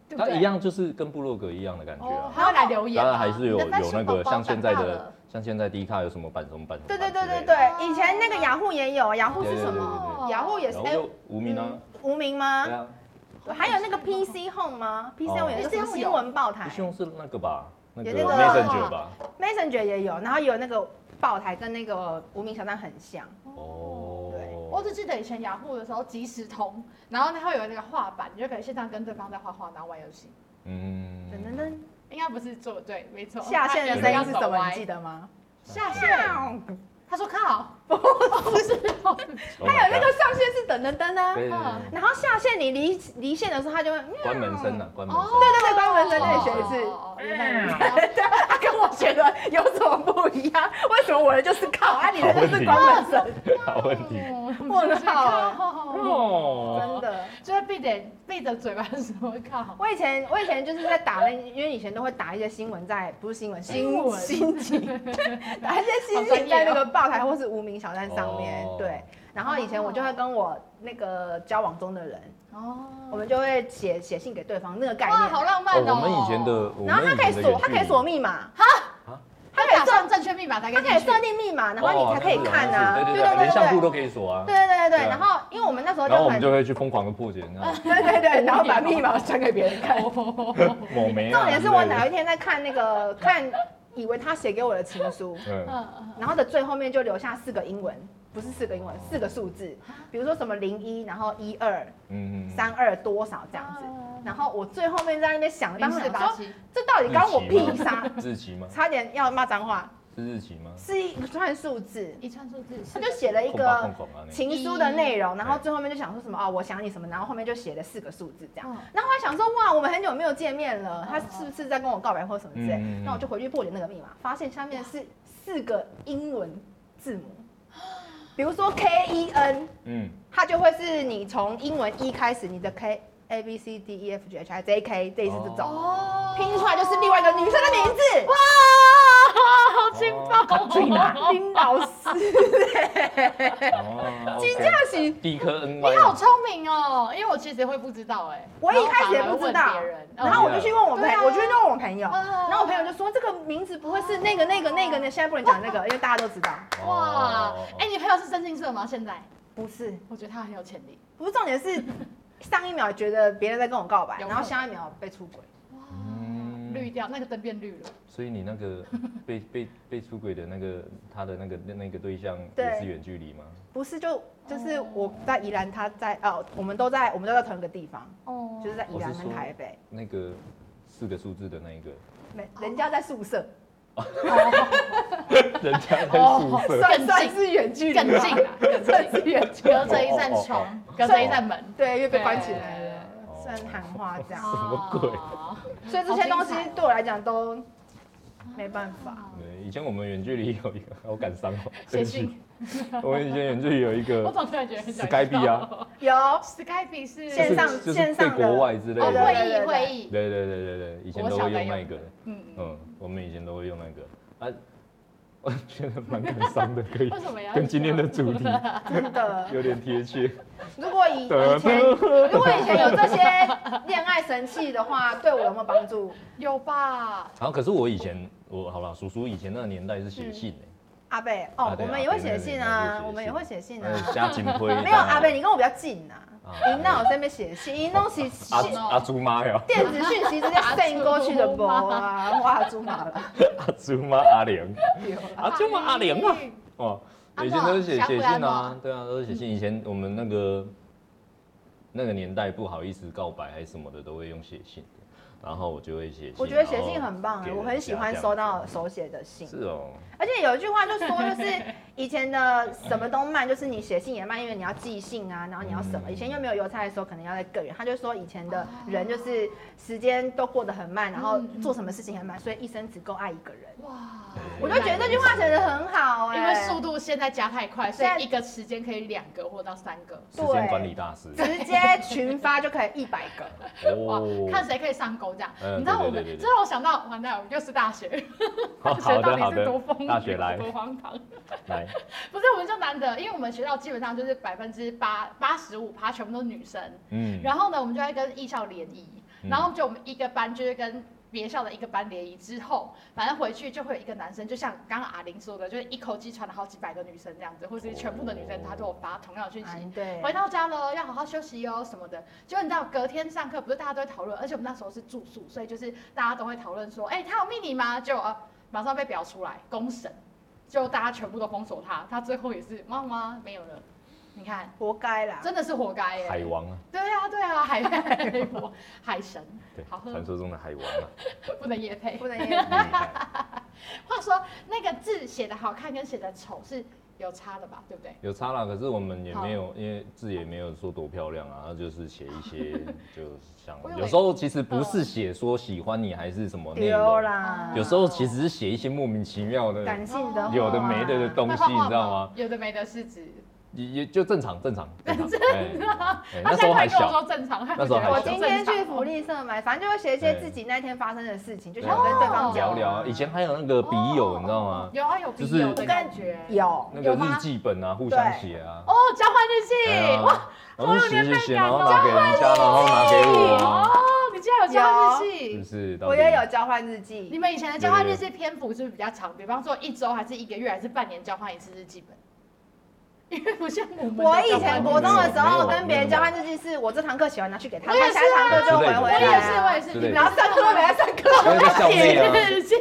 Speaker 3: 对不
Speaker 2: 它
Speaker 3: 对？
Speaker 2: 一样就是跟部落格一样的感觉啊。
Speaker 3: 哦，还要来留言
Speaker 2: 当然
Speaker 3: 吗，
Speaker 2: 还是有
Speaker 3: 你的番
Speaker 2: 有
Speaker 3: 薯
Speaker 2: 那
Speaker 3: 宝
Speaker 2: 个
Speaker 3: 宝
Speaker 2: 像现在
Speaker 3: 长大
Speaker 2: 的
Speaker 3: 了，
Speaker 2: 像现在 D 卡有什么版什么版什么
Speaker 5: 对
Speaker 2: 版
Speaker 5: 对
Speaker 2: 之类
Speaker 5: 对
Speaker 2: 的，
Speaker 5: 对对，以前那个雅虎也有，雅虎是
Speaker 2: 对对
Speaker 5: 什
Speaker 2: 对
Speaker 5: 么？
Speaker 2: 对
Speaker 5: 雅虎也是
Speaker 2: 然
Speaker 5: 哎
Speaker 2: 后，就无名啊，
Speaker 5: 无名
Speaker 2: 对
Speaker 5: 吗？
Speaker 2: 啊，哦
Speaker 5: 还有那个 PC Home 吗？PC Home 有那个什么新闻报台
Speaker 2: 不是用是那个吧，那个
Speaker 5: 啊有那个
Speaker 2: Messenger 吧，
Speaker 5: ，Messenger 也有，然后有那个报台跟那个无名小站很像。
Speaker 3: 我
Speaker 2: 哦，
Speaker 3: 只记得以前雅虎的时候即时通，然后它会有那个画板，你就可以线上跟对方在画画，然后玩游戏。
Speaker 2: 嗯
Speaker 5: 噔噔噔，
Speaker 3: 应该不是做对，没错。
Speaker 5: 下线的
Speaker 3: 它
Speaker 5: 声
Speaker 3: 也
Speaker 5: 音
Speaker 3: 要
Speaker 5: 是
Speaker 3: 走
Speaker 5: 什么？
Speaker 3: 歪
Speaker 5: 你记得吗？
Speaker 3: 下线，他说看好，不是，
Speaker 5: 还哎有那个上线是等等等啊，
Speaker 2: 对对对
Speaker 3: 嗯
Speaker 2: 对
Speaker 5: 然后下线你离离线的时候，它就会嗯
Speaker 2: 关门声 呐，关门
Speaker 3: 哦
Speaker 2: 声。
Speaker 5: 对对关门声那
Speaker 2: 里学
Speaker 5: 一次
Speaker 3: 哦哦哦原来如此
Speaker 5: 对，他啊跟我学的有什么不一样？为什么我的就是靠，啊，你的就是关门声？
Speaker 2: 好问题。
Speaker 5: 嗯
Speaker 3: 哦
Speaker 5: 问号，
Speaker 3: 靠，
Speaker 2: 哦，
Speaker 5: 真的。
Speaker 3: 就是闭着闭着嘴巴说靠，
Speaker 5: 我以前我以前就是在打那，因为以前都会打一些新闻在，不是新闻，
Speaker 3: 新闻
Speaker 5: 心情，打一些心情在那个报台或是无名小站上面
Speaker 2: 哦，
Speaker 5: 对。然后以前我就会跟我那个交往中的人，我
Speaker 3: 哦，
Speaker 5: 们就会写写信给对方，那个概
Speaker 3: 哇，
Speaker 5: 念。
Speaker 3: 好浪漫哦。
Speaker 2: 我们以前的，我
Speaker 5: 然后他
Speaker 2: 们
Speaker 5: 可以
Speaker 2: 前的
Speaker 5: 锁，
Speaker 2: 远
Speaker 5: 他
Speaker 2: 距
Speaker 5: 可以
Speaker 2: 离
Speaker 5: 锁密码，
Speaker 3: 他可以算正确密码才可
Speaker 5: 他
Speaker 3: 以
Speaker 5: 可以
Speaker 3: 进去
Speaker 5: 设。定密码，然后你才可以看啊。
Speaker 2: 哦对
Speaker 5: 对
Speaker 2: 对对，连相簿
Speaker 5: 对
Speaker 2: 哦都可以锁啊。
Speaker 5: 对对对
Speaker 2: 对啊
Speaker 5: 然后因为我们那时候
Speaker 2: 然
Speaker 5: 就
Speaker 2: 后我们
Speaker 5: 很
Speaker 2: 就会去疯狂的破解，你知道吗
Speaker 5: 对对对，然后把密码传给别 人看。
Speaker 3: 哦
Speaker 2: 抹眉啊。
Speaker 5: 重点是我哪
Speaker 2: 一？
Speaker 5: 一天在看那个看，以为他写给我的情书，
Speaker 2: 嗯，
Speaker 3: 嗯
Speaker 5: 然后的最后面就留下四个英文，不是四个英文，四个数字，比如说什么零一，然后一二
Speaker 2: 嗯嗯，
Speaker 5: 三二多少这样子。然后我最后面在那边想，哦当
Speaker 3: 零
Speaker 5: 时
Speaker 3: 四
Speaker 5: 想
Speaker 3: 八
Speaker 5: 说
Speaker 3: 七，
Speaker 5: 这到底关我屁啥？
Speaker 2: 日期吗？
Speaker 5: 差点要骂脏话，
Speaker 2: 是日期吗？
Speaker 5: 是一串数字，
Speaker 3: 一串数字，
Speaker 5: 他就写了一
Speaker 2: 空吧
Speaker 5: 个
Speaker 2: 空空嗯啊，那个
Speaker 5: 情书的内容，然后最后面就想说什么哦，我想你什么，然后后面就写了四个数字这样。
Speaker 2: 嗯
Speaker 5: 然后我还想说，哇，我们很久没有见面了，他是不是在跟我告白或什么之类
Speaker 2: 嗯嗯嗯？
Speaker 5: 那我就回去破解那个密码，发现下面是四个英文字母，比如说 K E N，
Speaker 2: 嗯，
Speaker 5: 它就会是你从英文一开始，你的 K A B C D E F G H I J K 类似这种，
Speaker 3: 哦
Speaker 5: 拼出来就是另外一个女生的名字。哇，
Speaker 2: 好劲爆！
Speaker 3: 哦
Speaker 2: 最难。
Speaker 5: 丁老师，
Speaker 2: 哦，
Speaker 5: 金
Speaker 2: 价
Speaker 5: 嘉喜，
Speaker 2: 第一颗 N
Speaker 3: 你好
Speaker 2: Y，
Speaker 3: 聪明哦，因为我其实也会不知道哎，
Speaker 5: 我一开始也
Speaker 3: 然后
Speaker 5: 不知
Speaker 3: 反
Speaker 5: 道
Speaker 3: 而问别人，
Speaker 5: 然后我就去问我朋
Speaker 3: 对啊
Speaker 5: 友，我就去问我朋友，
Speaker 3: 嗯
Speaker 5: 然后我朋友就说这个名字不会是那个那个那个呢，现在不能讲那个，因为大家都知道。
Speaker 2: 哦
Speaker 3: 哇，哎，
Speaker 2: 哎，
Speaker 3: 你朋友是真心社吗？现在
Speaker 5: 不是，
Speaker 3: 我觉得他很有潜力，
Speaker 5: 不是重点是，上一秒觉得别人在跟我告白，
Speaker 3: 有
Speaker 5: 然后下一秒被出轨。
Speaker 2: 嗯
Speaker 3: 绿掉那个灯变绿了，
Speaker 2: 所以你那个被被被出轨的那个他的那个那个对象
Speaker 5: 对
Speaker 2: 也是远距离吗？
Speaker 5: 不是就就是我在宜兰，他在哦，我们都在我们都在同一个地方，
Speaker 3: 哦
Speaker 5: 就是在宜兰
Speaker 2: 我是
Speaker 5: 跟
Speaker 2: 说
Speaker 5: 台北，
Speaker 2: 那个四个数字的那一个，
Speaker 5: 没人家在宿舍，
Speaker 2: 人家在
Speaker 5: 哦
Speaker 2: 宿舍。
Speaker 5: 算
Speaker 3: 更近
Speaker 5: 算是远距离吧，
Speaker 3: 更近啊，更近
Speaker 5: 算是远距离，
Speaker 3: 隔着一
Speaker 2: 哦
Speaker 3: 扇窗，隔着一扇门，
Speaker 5: 对，因为被关起来了
Speaker 2: 对，
Speaker 5: 算谈话这样。
Speaker 2: 么鬼
Speaker 3: 哦
Speaker 5: 所以这些东西
Speaker 3: 好精彩哦啊
Speaker 5: 对我来讲都没办法。
Speaker 2: 对，以前我们远距离有一个，好感伤哦，
Speaker 3: 写
Speaker 2: 对不起。
Speaker 3: 信，
Speaker 2: 我们以前远距离有一
Speaker 3: 我
Speaker 2: 个
Speaker 3: 总突然觉得很想
Speaker 2: Skype 啊，
Speaker 5: 有
Speaker 3: Skype 是
Speaker 2: 就
Speaker 5: 线
Speaker 2: 是
Speaker 5: 上
Speaker 2: 就是
Speaker 5: 线
Speaker 2: 对
Speaker 5: 上的
Speaker 2: 国外之类
Speaker 3: 哦
Speaker 5: 对
Speaker 2: 的。
Speaker 3: 会议会议，
Speaker 2: 对对对对对，以前
Speaker 3: 我
Speaker 2: 都
Speaker 3: 小
Speaker 2: 会
Speaker 3: 时候
Speaker 2: 用那
Speaker 3: 用
Speaker 2: 个，
Speaker 3: 嗯嗯，
Speaker 2: 嗯，我们以前都会用那个啊， 我觉得蛮感伤的，可以
Speaker 3: 为什么要
Speaker 2: 跟今天的主 题
Speaker 5: 真的。
Speaker 2: 有点贴切。
Speaker 5: 如果以以前，如果以前有这些恋爱神器的话，对我有没有帮助
Speaker 3: 有吧？
Speaker 2: 然后可是我以前我好了，叔叔以前那个年代是写信
Speaker 5: 阿贝
Speaker 2: 啊
Speaker 5: 哦，
Speaker 2: 对
Speaker 5: 我们也会写信
Speaker 2: 阿贝那
Speaker 5: 啊
Speaker 2: 边，
Speaker 5: 我们也会写信
Speaker 2: 哎，呃
Speaker 5: 啊。
Speaker 2: 加警徽。
Speaker 5: 没有阿贝，你跟我比较近啊。
Speaker 2: 啊
Speaker 5: 你那我在那边写信，你弄起
Speaker 2: 阿
Speaker 5: 信
Speaker 2: 阿朱妈哟，
Speaker 5: 电子讯息直接 send 过去的不啊，哇，猪麻了，
Speaker 2: 阿朱妈阿玲，
Speaker 5: 对啊
Speaker 2: 阿朱妈阿玲啊，哦，
Speaker 3: 阿嬷
Speaker 2: 以前都是写
Speaker 3: 小虎
Speaker 2: 写
Speaker 3: 阿
Speaker 2: 信啊
Speaker 3: 嬷，
Speaker 2: 对啊，都是写信。以前我们那个那个年代不好意思告白还是什么的，都会用写信的。然后我就会写信，
Speaker 5: 我觉得写
Speaker 2: 然后
Speaker 5: 信很棒哎，
Speaker 2: 给人
Speaker 5: 我很喜欢
Speaker 2: 家这样
Speaker 5: 收到手写的信。
Speaker 2: 是哦，
Speaker 5: 而且有一句话就说， 就是以前的什么都慢，就是你写信也慢，因为你要寄信啊，然后你要什么。
Speaker 2: 嗯
Speaker 5: 以前又没有邮差的时候，可能要在更远。他就说以前的人就是时间都过得很慢，然后做什么事情很慢，所以一生只够爱一个人。
Speaker 3: 哇！
Speaker 5: 我就觉得这句话写的很好哎、
Speaker 3: 因为速度现在加太快，所
Speaker 5: 现在
Speaker 3: 以一个时间可以两个或到三个。
Speaker 2: 时间管理大师
Speaker 5: 直接群发就可以一百个，
Speaker 3: 哇
Speaker 2: 哦，
Speaker 3: 看谁可以上钩这样。
Speaker 2: 嗯
Speaker 3: 你知道我们
Speaker 2: 对对对对，对哦
Speaker 3: 这让我想到，完蛋，我又是大学，大
Speaker 2: 好
Speaker 3: 学
Speaker 2: 好
Speaker 3: 到
Speaker 2: 的好
Speaker 3: 底是多
Speaker 2: 的
Speaker 3: 疯，
Speaker 2: 大学来
Speaker 3: 多荒唐。
Speaker 2: 来，
Speaker 3: 不是，我们就难得，因为我们学校基本上就是百分之八八十五趴全部都是女生，
Speaker 2: 嗯，
Speaker 3: 然后呢，我们就会跟艺校联谊，
Speaker 2: 嗯
Speaker 3: 然后就我们一个班就是跟别校的一个班联谊之后，反正回去就会有一个男生，就像刚刚阿玲说的，就是一口气传了好几百个女生这样子，或是全部的女生
Speaker 2: 哦
Speaker 3: 她都有发同样的讯息。
Speaker 5: 哎对，
Speaker 3: 回到家了，要好好休息哦什么的。结果你知道，隔天上课不是大家都会讨论，而且我们那时候是住宿，所以就是大家都会讨论说，哎、他有秘密吗？就啊，马上被表出来公审，就大家全部都封锁他，他最后也是妈妈没有了。你看，
Speaker 5: 活该啦。
Speaker 3: 真的是活该耶、
Speaker 2: 海王啊，
Speaker 3: 对啊，对啊，海海王海神，
Speaker 2: 对，
Speaker 3: 好喝
Speaker 2: 传说中的海王啊，嗯
Speaker 3: 不能夜配。
Speaker 5: 不能也
Speaker 2: 厉害
Speaker 3: 话说，那个字写的好看跟写的丑是有差的吧，对不对？
Speaker 2: 有差啦，可是我们也没有，因为字也没有说多漂亮啊，就是写一 些就像
Speaker 3: 我以为
Speaker 2: 有时候其实不是写说喜欢你还是什么内
Speaker 5: 嗯丢
Speaker 2: 容，
Speaker 5: 啦，
Speaker 2: 有时候其实是写一些莫名其妙的
Speaker 5: 感性的话
Speaker 2: 有的没的的东
Speaker 3: 那
Speaker 2: 西，
Speaker 3: 画画
Speaker 2: 你知道吗？？
Speaker 3: 有的没的是指，
Speaker 2: 也也就正常正常 正常，哎哎那时候
Speaker 3: 他啊现在
Speaker 2: 还
Speaker 3: 跟我
Speaker 2: 小，
Speaker 3: 说正常，他
Speaker 2: 那时候还小
Speaker 5: 我今天去福
Speaker 3: 利，
Speaker 5: 利社买，反正就会写一些
Speaker 2: 对
Speaker 5: 自己那天发生的事情，就想跟对方
Speaker 2: 聊
Speaker 5: 讲哦
Speaker 2: 聊啊，以前还有那个笔友，你知道吗？
Speaker 3: 有啊有
Speaker 2: 就
Speaker 3: 笔
Speaker 2: 是
Speaker 3: 友的感觉，
Speaker 5: 有
Speaker 2: 那个
Speaker 3: 有吗
Speaker 2: 日记本啊，互相写啊。
Speaker 3: 哦，交换日
Speaker 2: 哎
Speaker 3: 记，
Speaker 2: 呀
Speaker 3: 哇，
Speaker 2: 然后写写写，然后拿给人家，然后拿给我啊，
Speaker 3: 哦，你竟然有交
Speaker 2: 是
Speaker 3: 换日
Speaker 2: 不
Speaker 3: 记。
Speaker 2: 是？到
Speaker 5: 我
Speaker 2: 底
Speaker 5: 也有交换日
Speaker 3: 你
Speaker 5: 记，
Speaker 3: 们以前的交换日记篇幅是不是比较长？比方说一周，还是一个月，还是半年交换一次日记本？因为不像我们的
Speaker 5: 我以
Speaker 3: 交换
Speaker 5: 前
Speaker 3: 日记
Speaker 5: 国中的时
Speaker 2: 没有啊
Speaker 5: 候
Speaker 2: 没有
Speaker 5: 跟别人交换日记，是我这堂课写完拿去给他，
Speaker 3: 我也
Speaker 5: 他
Speaker 3: 是
Speaker 5: 下
Speaker 3: 啊
Speaker 5: 一堂课就回回
Speaker 3: 我
Speaker 5: 来
Speaker 3: 也是，
Speaker 5: 啊，
Speaker 3: 我也是，
Speaker 2: 之
Speaker 3: 你
Speaker 2: 类的
Speaker 3: 们
Speaker 5: 然后上课都没在上课。
Speaker 2: 因为 在校内啊，
Speaker 3: 写日记，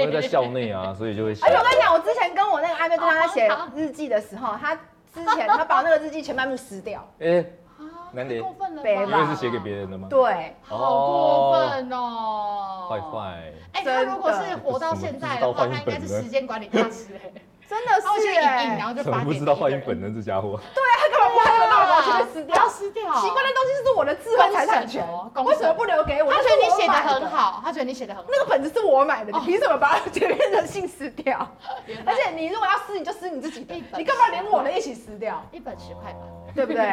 Speaker 2: 因为在校内啊，所以就会写
Speaker 3: 哎
Speaker 5: 而且。我跟你讲，我之前跟我那个暧昧对象
Speaker 3: 哦
Speaker 5: 在写日记的时候，他之前他把那个日记全班部撕 掉，
Speaker 2: 哎，
Speaker 3: 啊
Speaker 2: 难得
Speaker 3: 太过分了吧，
Speaker 5: 北
Speaker 2: 因为是写给别人的吗？
Speaker 5: 对，
Speaker 3: 好过分哦！
Speaker 2: 坏。坏，
Speaker 3: 哎，他如果是活到现在的话，他应该是时间管理大 师哎。
Speaker 5: 真的
Speaker 3: 他会
Speaker 5: 是
Speaker 3: 先
Speaker 5: 哎、
Speaker 3: 影印，然后就
Speaker 2: 怎 么
Speaker 3: 发
Speaker 2: 不
Speaker 3: 给
Speaker 2: 知道换一本呢？这家伙，
Speaker 5: 他根本不会把我全部撕
Speaker 3: 要
Speaker 5: 掉。
Speaker 3: 撕掉。
Speaker 5: 奇怪的东西是我的智慧财产权
Speaker 3: 公审哦公，审
Speaker 5: 为什么不留给我？
Speaker 3: 他
Speaker 5: 那
Speaker 3: 觉
Speaker 5: 是
Speaker 3: 得你
Speaker 5: 我
Speaker 3: 写的
Speaker 5: 买
Speaker 3: 很，好，他觉得你写的很好。
Speaker 5: 那个本子是我买的，你凭什么把前面的信撕掉？
Speaker 3: 个
Speaker 5: 而且你如果要撕，你就撕你自己的
Speaker 3: 一，本
Speaker 5: 你干嘛连我的一起撕掉？
Speaker 3: 一本十块吧。
Speaker 5: 对 不对？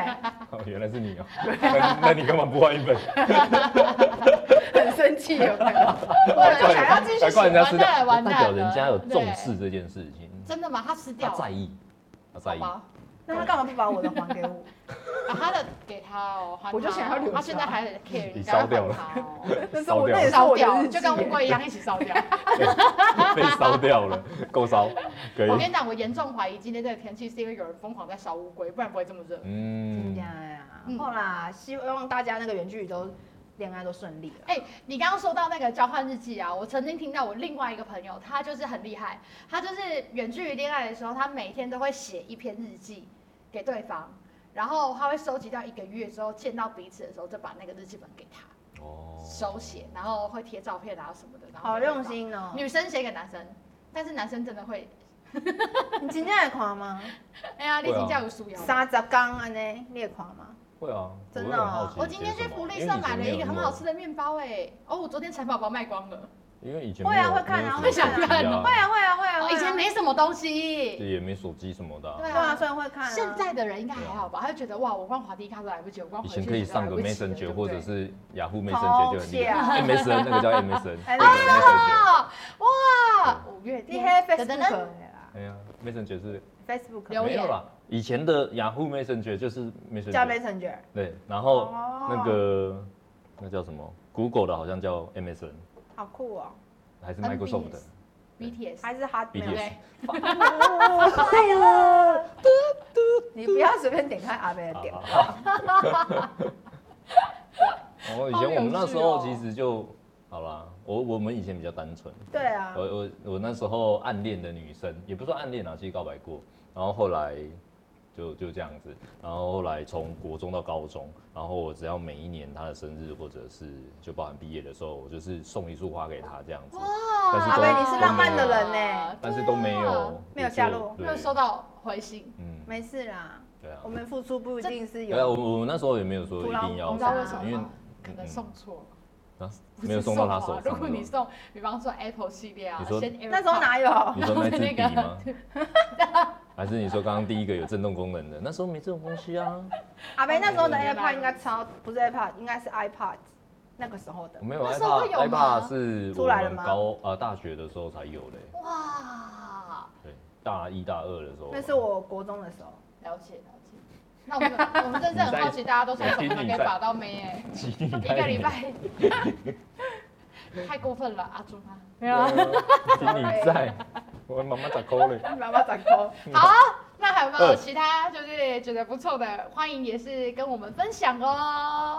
Speaker 2: 哦，原来是你哦，那那你干嘛不换一本？
Speaker 5: 很生气，有没有？
Speaker 3: 我
Speaker 5: 我想要继续
Speaker 2: 难怪人家是
Speaker 3: 完蛋了完
Speaker 2: 代
Speaker 3: 蛋
Speaker 2: 表
Speaker 3: 了
Speaker 2: 人家有重视这件事情，
Speaker 3: 真的吗？他撕
Speaker 2: 他
Speaker 3: 掉
Speaker 2: 在
Speaker 3: 了，
Speaker 2: 意，他在
Speaker 3: 好
Speaker 2: 意。
Speaker 3: 吧？
Speaker 5: 那他干嘛不把我的还给我？
Speaker 3: 把啊他的给他哦，还他
Speaker 5: 我就想要留着
Speaker 3: 他现在还很 care，
Speaker 2: 你
Speaker 3: 赶快
Speaker 2: 烧掉
Speaker 3: 还
Speaker 2: 了
Speaker 3: 他哦
Speaker 5: 那是我
Speaker 2: 烧掉
Speaker 5: 那也是
Speaker 3: 烧
Speaker 5: 我的
Speaker 3: 掉，
Speaker 5: 日记
Speaker 3: 就跟乌龟一样一起烧掉。
Speaker 2: 被烧掉 了，够烧， 可以
Speaker 3: 我。跟你讲，我严重怀疑今天这个天气是因为有人疯狂在烧乌龟，不然不会这么热。
Speaker 2: 嗯
Speaker 5: 真的，呀
Speaker 3: 嗯，
Speaker 5: 啊后啦，希望大家那个远距离都恋爱都顺利了。
Speaker 3: 哎、你刚刚说到那个交换日记啊，我曾经听到我另外一个朋友，他就是很厉害，他就是远距离恋爱的时候，他每天都会写一篇日记给对方，然后他会收集到一个月之后见到彼此的时候，就把那个日记本给他
Speaker 2: 哦
Speaker 3: 手写，然后会贴照片啊什么的，然后
Speaker 5: 好
Speaker 3: 给对
Speaker 5: 用
Speaker 3: 方。
Speaker 5: 心哦！
Speaker 3: 女生写给男生，但是男生真的会，
Speaker 5: 你今天也狂吗？
Speaker 3: 哎呀，历
Speaker 2: 会啊
Speaker 3: 经教育书瑶。
Speaker 5: 三十缸安呢？你也狂吗？
Speaker 2: 会啊，
Speaker 5: 真
Speaker 2: 我
Speaker 5: 的
Speaker 2: 也很好
Speaker 5: 哦
Speaker 2: 奇
Speaker 3: 我今天
Speaker 2: 写什
Speaker 3: 去
Speaker 2: 么
Speaker 3: 福利
Speaker 2: 因为
Speaker 3: 社
Speaker 2: 以前
Speaker 3: 买了
Speaker 2: 没有
Speaker 3: 一个
Speaker 2: 那
Speaker 3: 很
Speaker 2: 么
Speaker 3: 好吃的面包、哎，哦，我昨天蚕宝宝卖光了，
Speaker 2: 因为以前
Speaker 5: 会
Speaker 2: 没
Speaker 5: 啊
Speaker 2: 有
Speaker 5: 会看啊
Speaker 2: 没有
Speaker 5: 会
Speaker 2: 手机
Speaker 3: 想看啊
Speaker 5: 会啊会啊会啊！
Speaker 3: 哦
Speaker 5: 会啊
Speaker 3: 以前没什么东西。
Speaker 2: 也没手机什么的啊、
Speaker 3: 对
Speaker 5: 对啊，虽然会看啊。
Speaker 3: 现在的人应该还好吧？他就觉得哇，我光滑第一卡都来不及，我光
Speaker 2: 以
Speaker 5: 哦
Speaker 3: 回去
Speaker 2: 前可以
Speaker 3: 就来
Speaker 2: 上
Speaker 5: 啊
Speaker 2: 个
Speaker 3: 不及了
Speaker 2: Messenger 或者。
Speaker 3: 对不对
Speaker 2: 是雅虎 Messenger 就很厉
Speaker 5: 好
Speaker 2: 害，MSN 那个叫 MSN，
Speaker 5: 哎
Speaker 2: 对，Messenger，
Speaker 3: 啊哇，五月
Speaker 5: 你
Speaker 3: 天
Speaker 5: 黑 Facebook 了啦
Speaker 2: 哎呀，Messenger 是
Speaker 5: ，Facebook
Speaker 3: 留
Speaker 2: 没
Speaker 3: 言
Speaker 2: 有啦，以前的雅虎 Messenger 就是
Speaker 5: 叫
Speaker 2: Messenger，
Speaker 5: Messenger，
Speaker 2: 对，然后
Speaker 5: 哦
Speaker 2: 那个那叫什么，Google 的好像叫 MSN，
Speaker 5: 好酷哦！
Speaker 2: 还是 Microsoft 的
Speaker 3: NBS BTS，
Speaker 5: 还是 Hot
Speaker 3: 对不
Speaker 2: BTS
Speaker 3: 对？
Speaker 5: 对了，你不要随便点开阿贝的点。
Speaker 2: 啊。 哦，以前我们那时候
Speaker 3: 好有趣
Speaker 2: 其
Speaker 3: 哦
Speaker 2: 实就好啦，我我们以前比较单纯。
Speaker 5: 对啊，
Speaker 2: 我我我那时候暗恋的女生，也不算暗恋啊，其实告白过，然后后来就就这样子，然后后来从国中到高中，然后我只要每一年她的生日或者是就包含毕业的时候，我就是送一束花给她这样子，
Speaker 3: 啊
Speaker 2: 但是
Speaker 5: 阿
Speaker 2: 都
Speaker 5: 贝你是浪漫的人呢
Speaker 2: 但是都没有
Speaker 5: 没有下落
Speaker 2: 对
Speaker 3: 没有收到回信。
Speaker 2: 嗯，
Speaker 5: 没事啦，
Speaker 2: 对啊
Speaker 5: 我，们付出不一定是
Speaker 2: 对啊，
Speaker 5: 有
Speaker 2: 我我们那时候也没有说一
Speaker 5: 徒劳
Speaker 2: 定要
Speaker 3: 我
Speaker 5: 无
Speaker 3: 不知
Speaker 5: 功啊
Speaker 3: 道为什么
Speaker 2: 因为
Speaker 3: 吗，可能送错了，
Speaker 2: 啊
Speaker 3: 不是
Speaker 2: 嗯没有送到她
Speaker 3: 错
Speaker 2: 手
Speaker 3: 啊
Speaker 2: 上。
Speaker 3: 如果你送，比方说 Apple 系列啊
Speaker 2: 你，说
Speaker 3: 先
Speaker 5: 那时候
Speaker 3: AirPod
Speaker 5: 哪有？
Speaker 2: 你说 那支笔
Speaker 3: 然
Speaker 2: 吗？还是你说刚刚第一个有震动功能的？那时候没这种东西啊，
Speaker 5: 阿贝那时候的
Speaker 3: 嗯
Speaker 5: AirPod 应该超不是 AirPod，应该是 iPod，那个时候的
Speaker 2: 我。没有
Speaker 3: 那时候
Speaker 2: iPad
Speaker 3: 会有吗
Speaker 2: iPad 是
Speaker 5: 出
Speaker 2: 我
Speaker 5: 来了
Speaker 2: 们
Speaker 5: 吗
Speaker 2: 高呃大学的时候才有嘞，
Speaker 3: 哇，
Speaker 2: 对，大一大二的时候吧。
Speaker 5: 那是我国中的时候，
Speaker 3: 了解了解。那我们我们真是很好奇，大家都从什么可以把到妹哎。
Speaker 2: 几年
Speaker 3: 一个礼拜， 太过分了，阿朱妈。没
Speaker 2: 对啊，听你在，我妈妈咋抠嘞？
Speaker 5: 妈妈长高。
Speaker 3: 好，那还有没有其他就是觉得不错的，欢迎也是跟我们分享哦。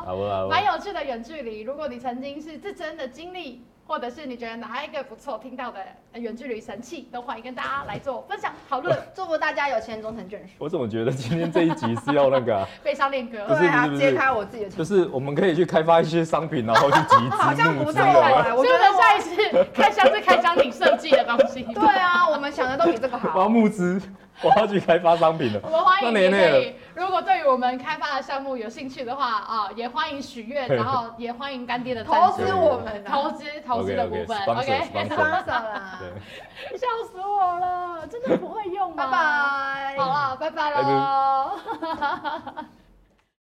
Speaker 2: 好啊不好？
Speaker 3: 蛮有趣的远距离，如果你曾经是自身的经历，或者是你觉得哪一个不错听到的呃远距离神器，都欢迎跟大家来做分享讨论。
Speaker 5: 祝福大家有钱终成眷属。
Speaker 2: 我怎么觉得今天这一集是要那个啊、
Speaker 3: 悲伤恋歌
Speaker 2: 不，是
Speaker 5: 对啊
Speaker 2: 不，是
Speaker 5: 揭开我自己的
Speaker 2: 就
Speaker 5: 情。
Speaker 2: 是我们可以去开发一些商品，然后去集 资
Speaker 5: 好像
Speaker 2: 募
Speaker 5: 不
Speaker 2: 资
Speaker 5: 错
Speaker 2: 有吗？
Speaker 5: 哎，我
Speaker 3: 所以
Speaker 5: 觉得
Speaker 3: 我们
Speaker 5: 我
Speaker 3: 下一次开箱是开箱你设计的东西。
Speaker 5: 对啊，我们想的都比这个
Speaker 2: 我要
Speaker 5: 好。
Speaker 2: 募资，我要去开发商品了
Speaker 3: 我。们欢迎
Speaker 2: 那年
Speaker 3: 你
Speaker 2: 内
Speaker 3: 可
Speaker 2: 了
Speaker 3: 以，如果对于我们开发的项目有兴趣的话啊、也欢迎许 愿，然后也欢迎干爹的赞
Speaker 5: 投
Speaker 3: 助
Speaker 5: 资我们啊，
Speaker 3: 投资投资的部分
Speaker 2: OK，OK，
Speaker 3: ，OK，
Speaker 5: 投
Speaker 2: sponsor，sponsor
Speaker 5: 啦，
Speaker 2: 对，
Speaker 3: 笑死我了，真的不会用啊
Speaker 5: 拜
Speaker 3: 吗？
Speaker 5: 拜
Speaker 3: 好。了，拜拜
Speaker 2: 拜
Speaker 3: 喽。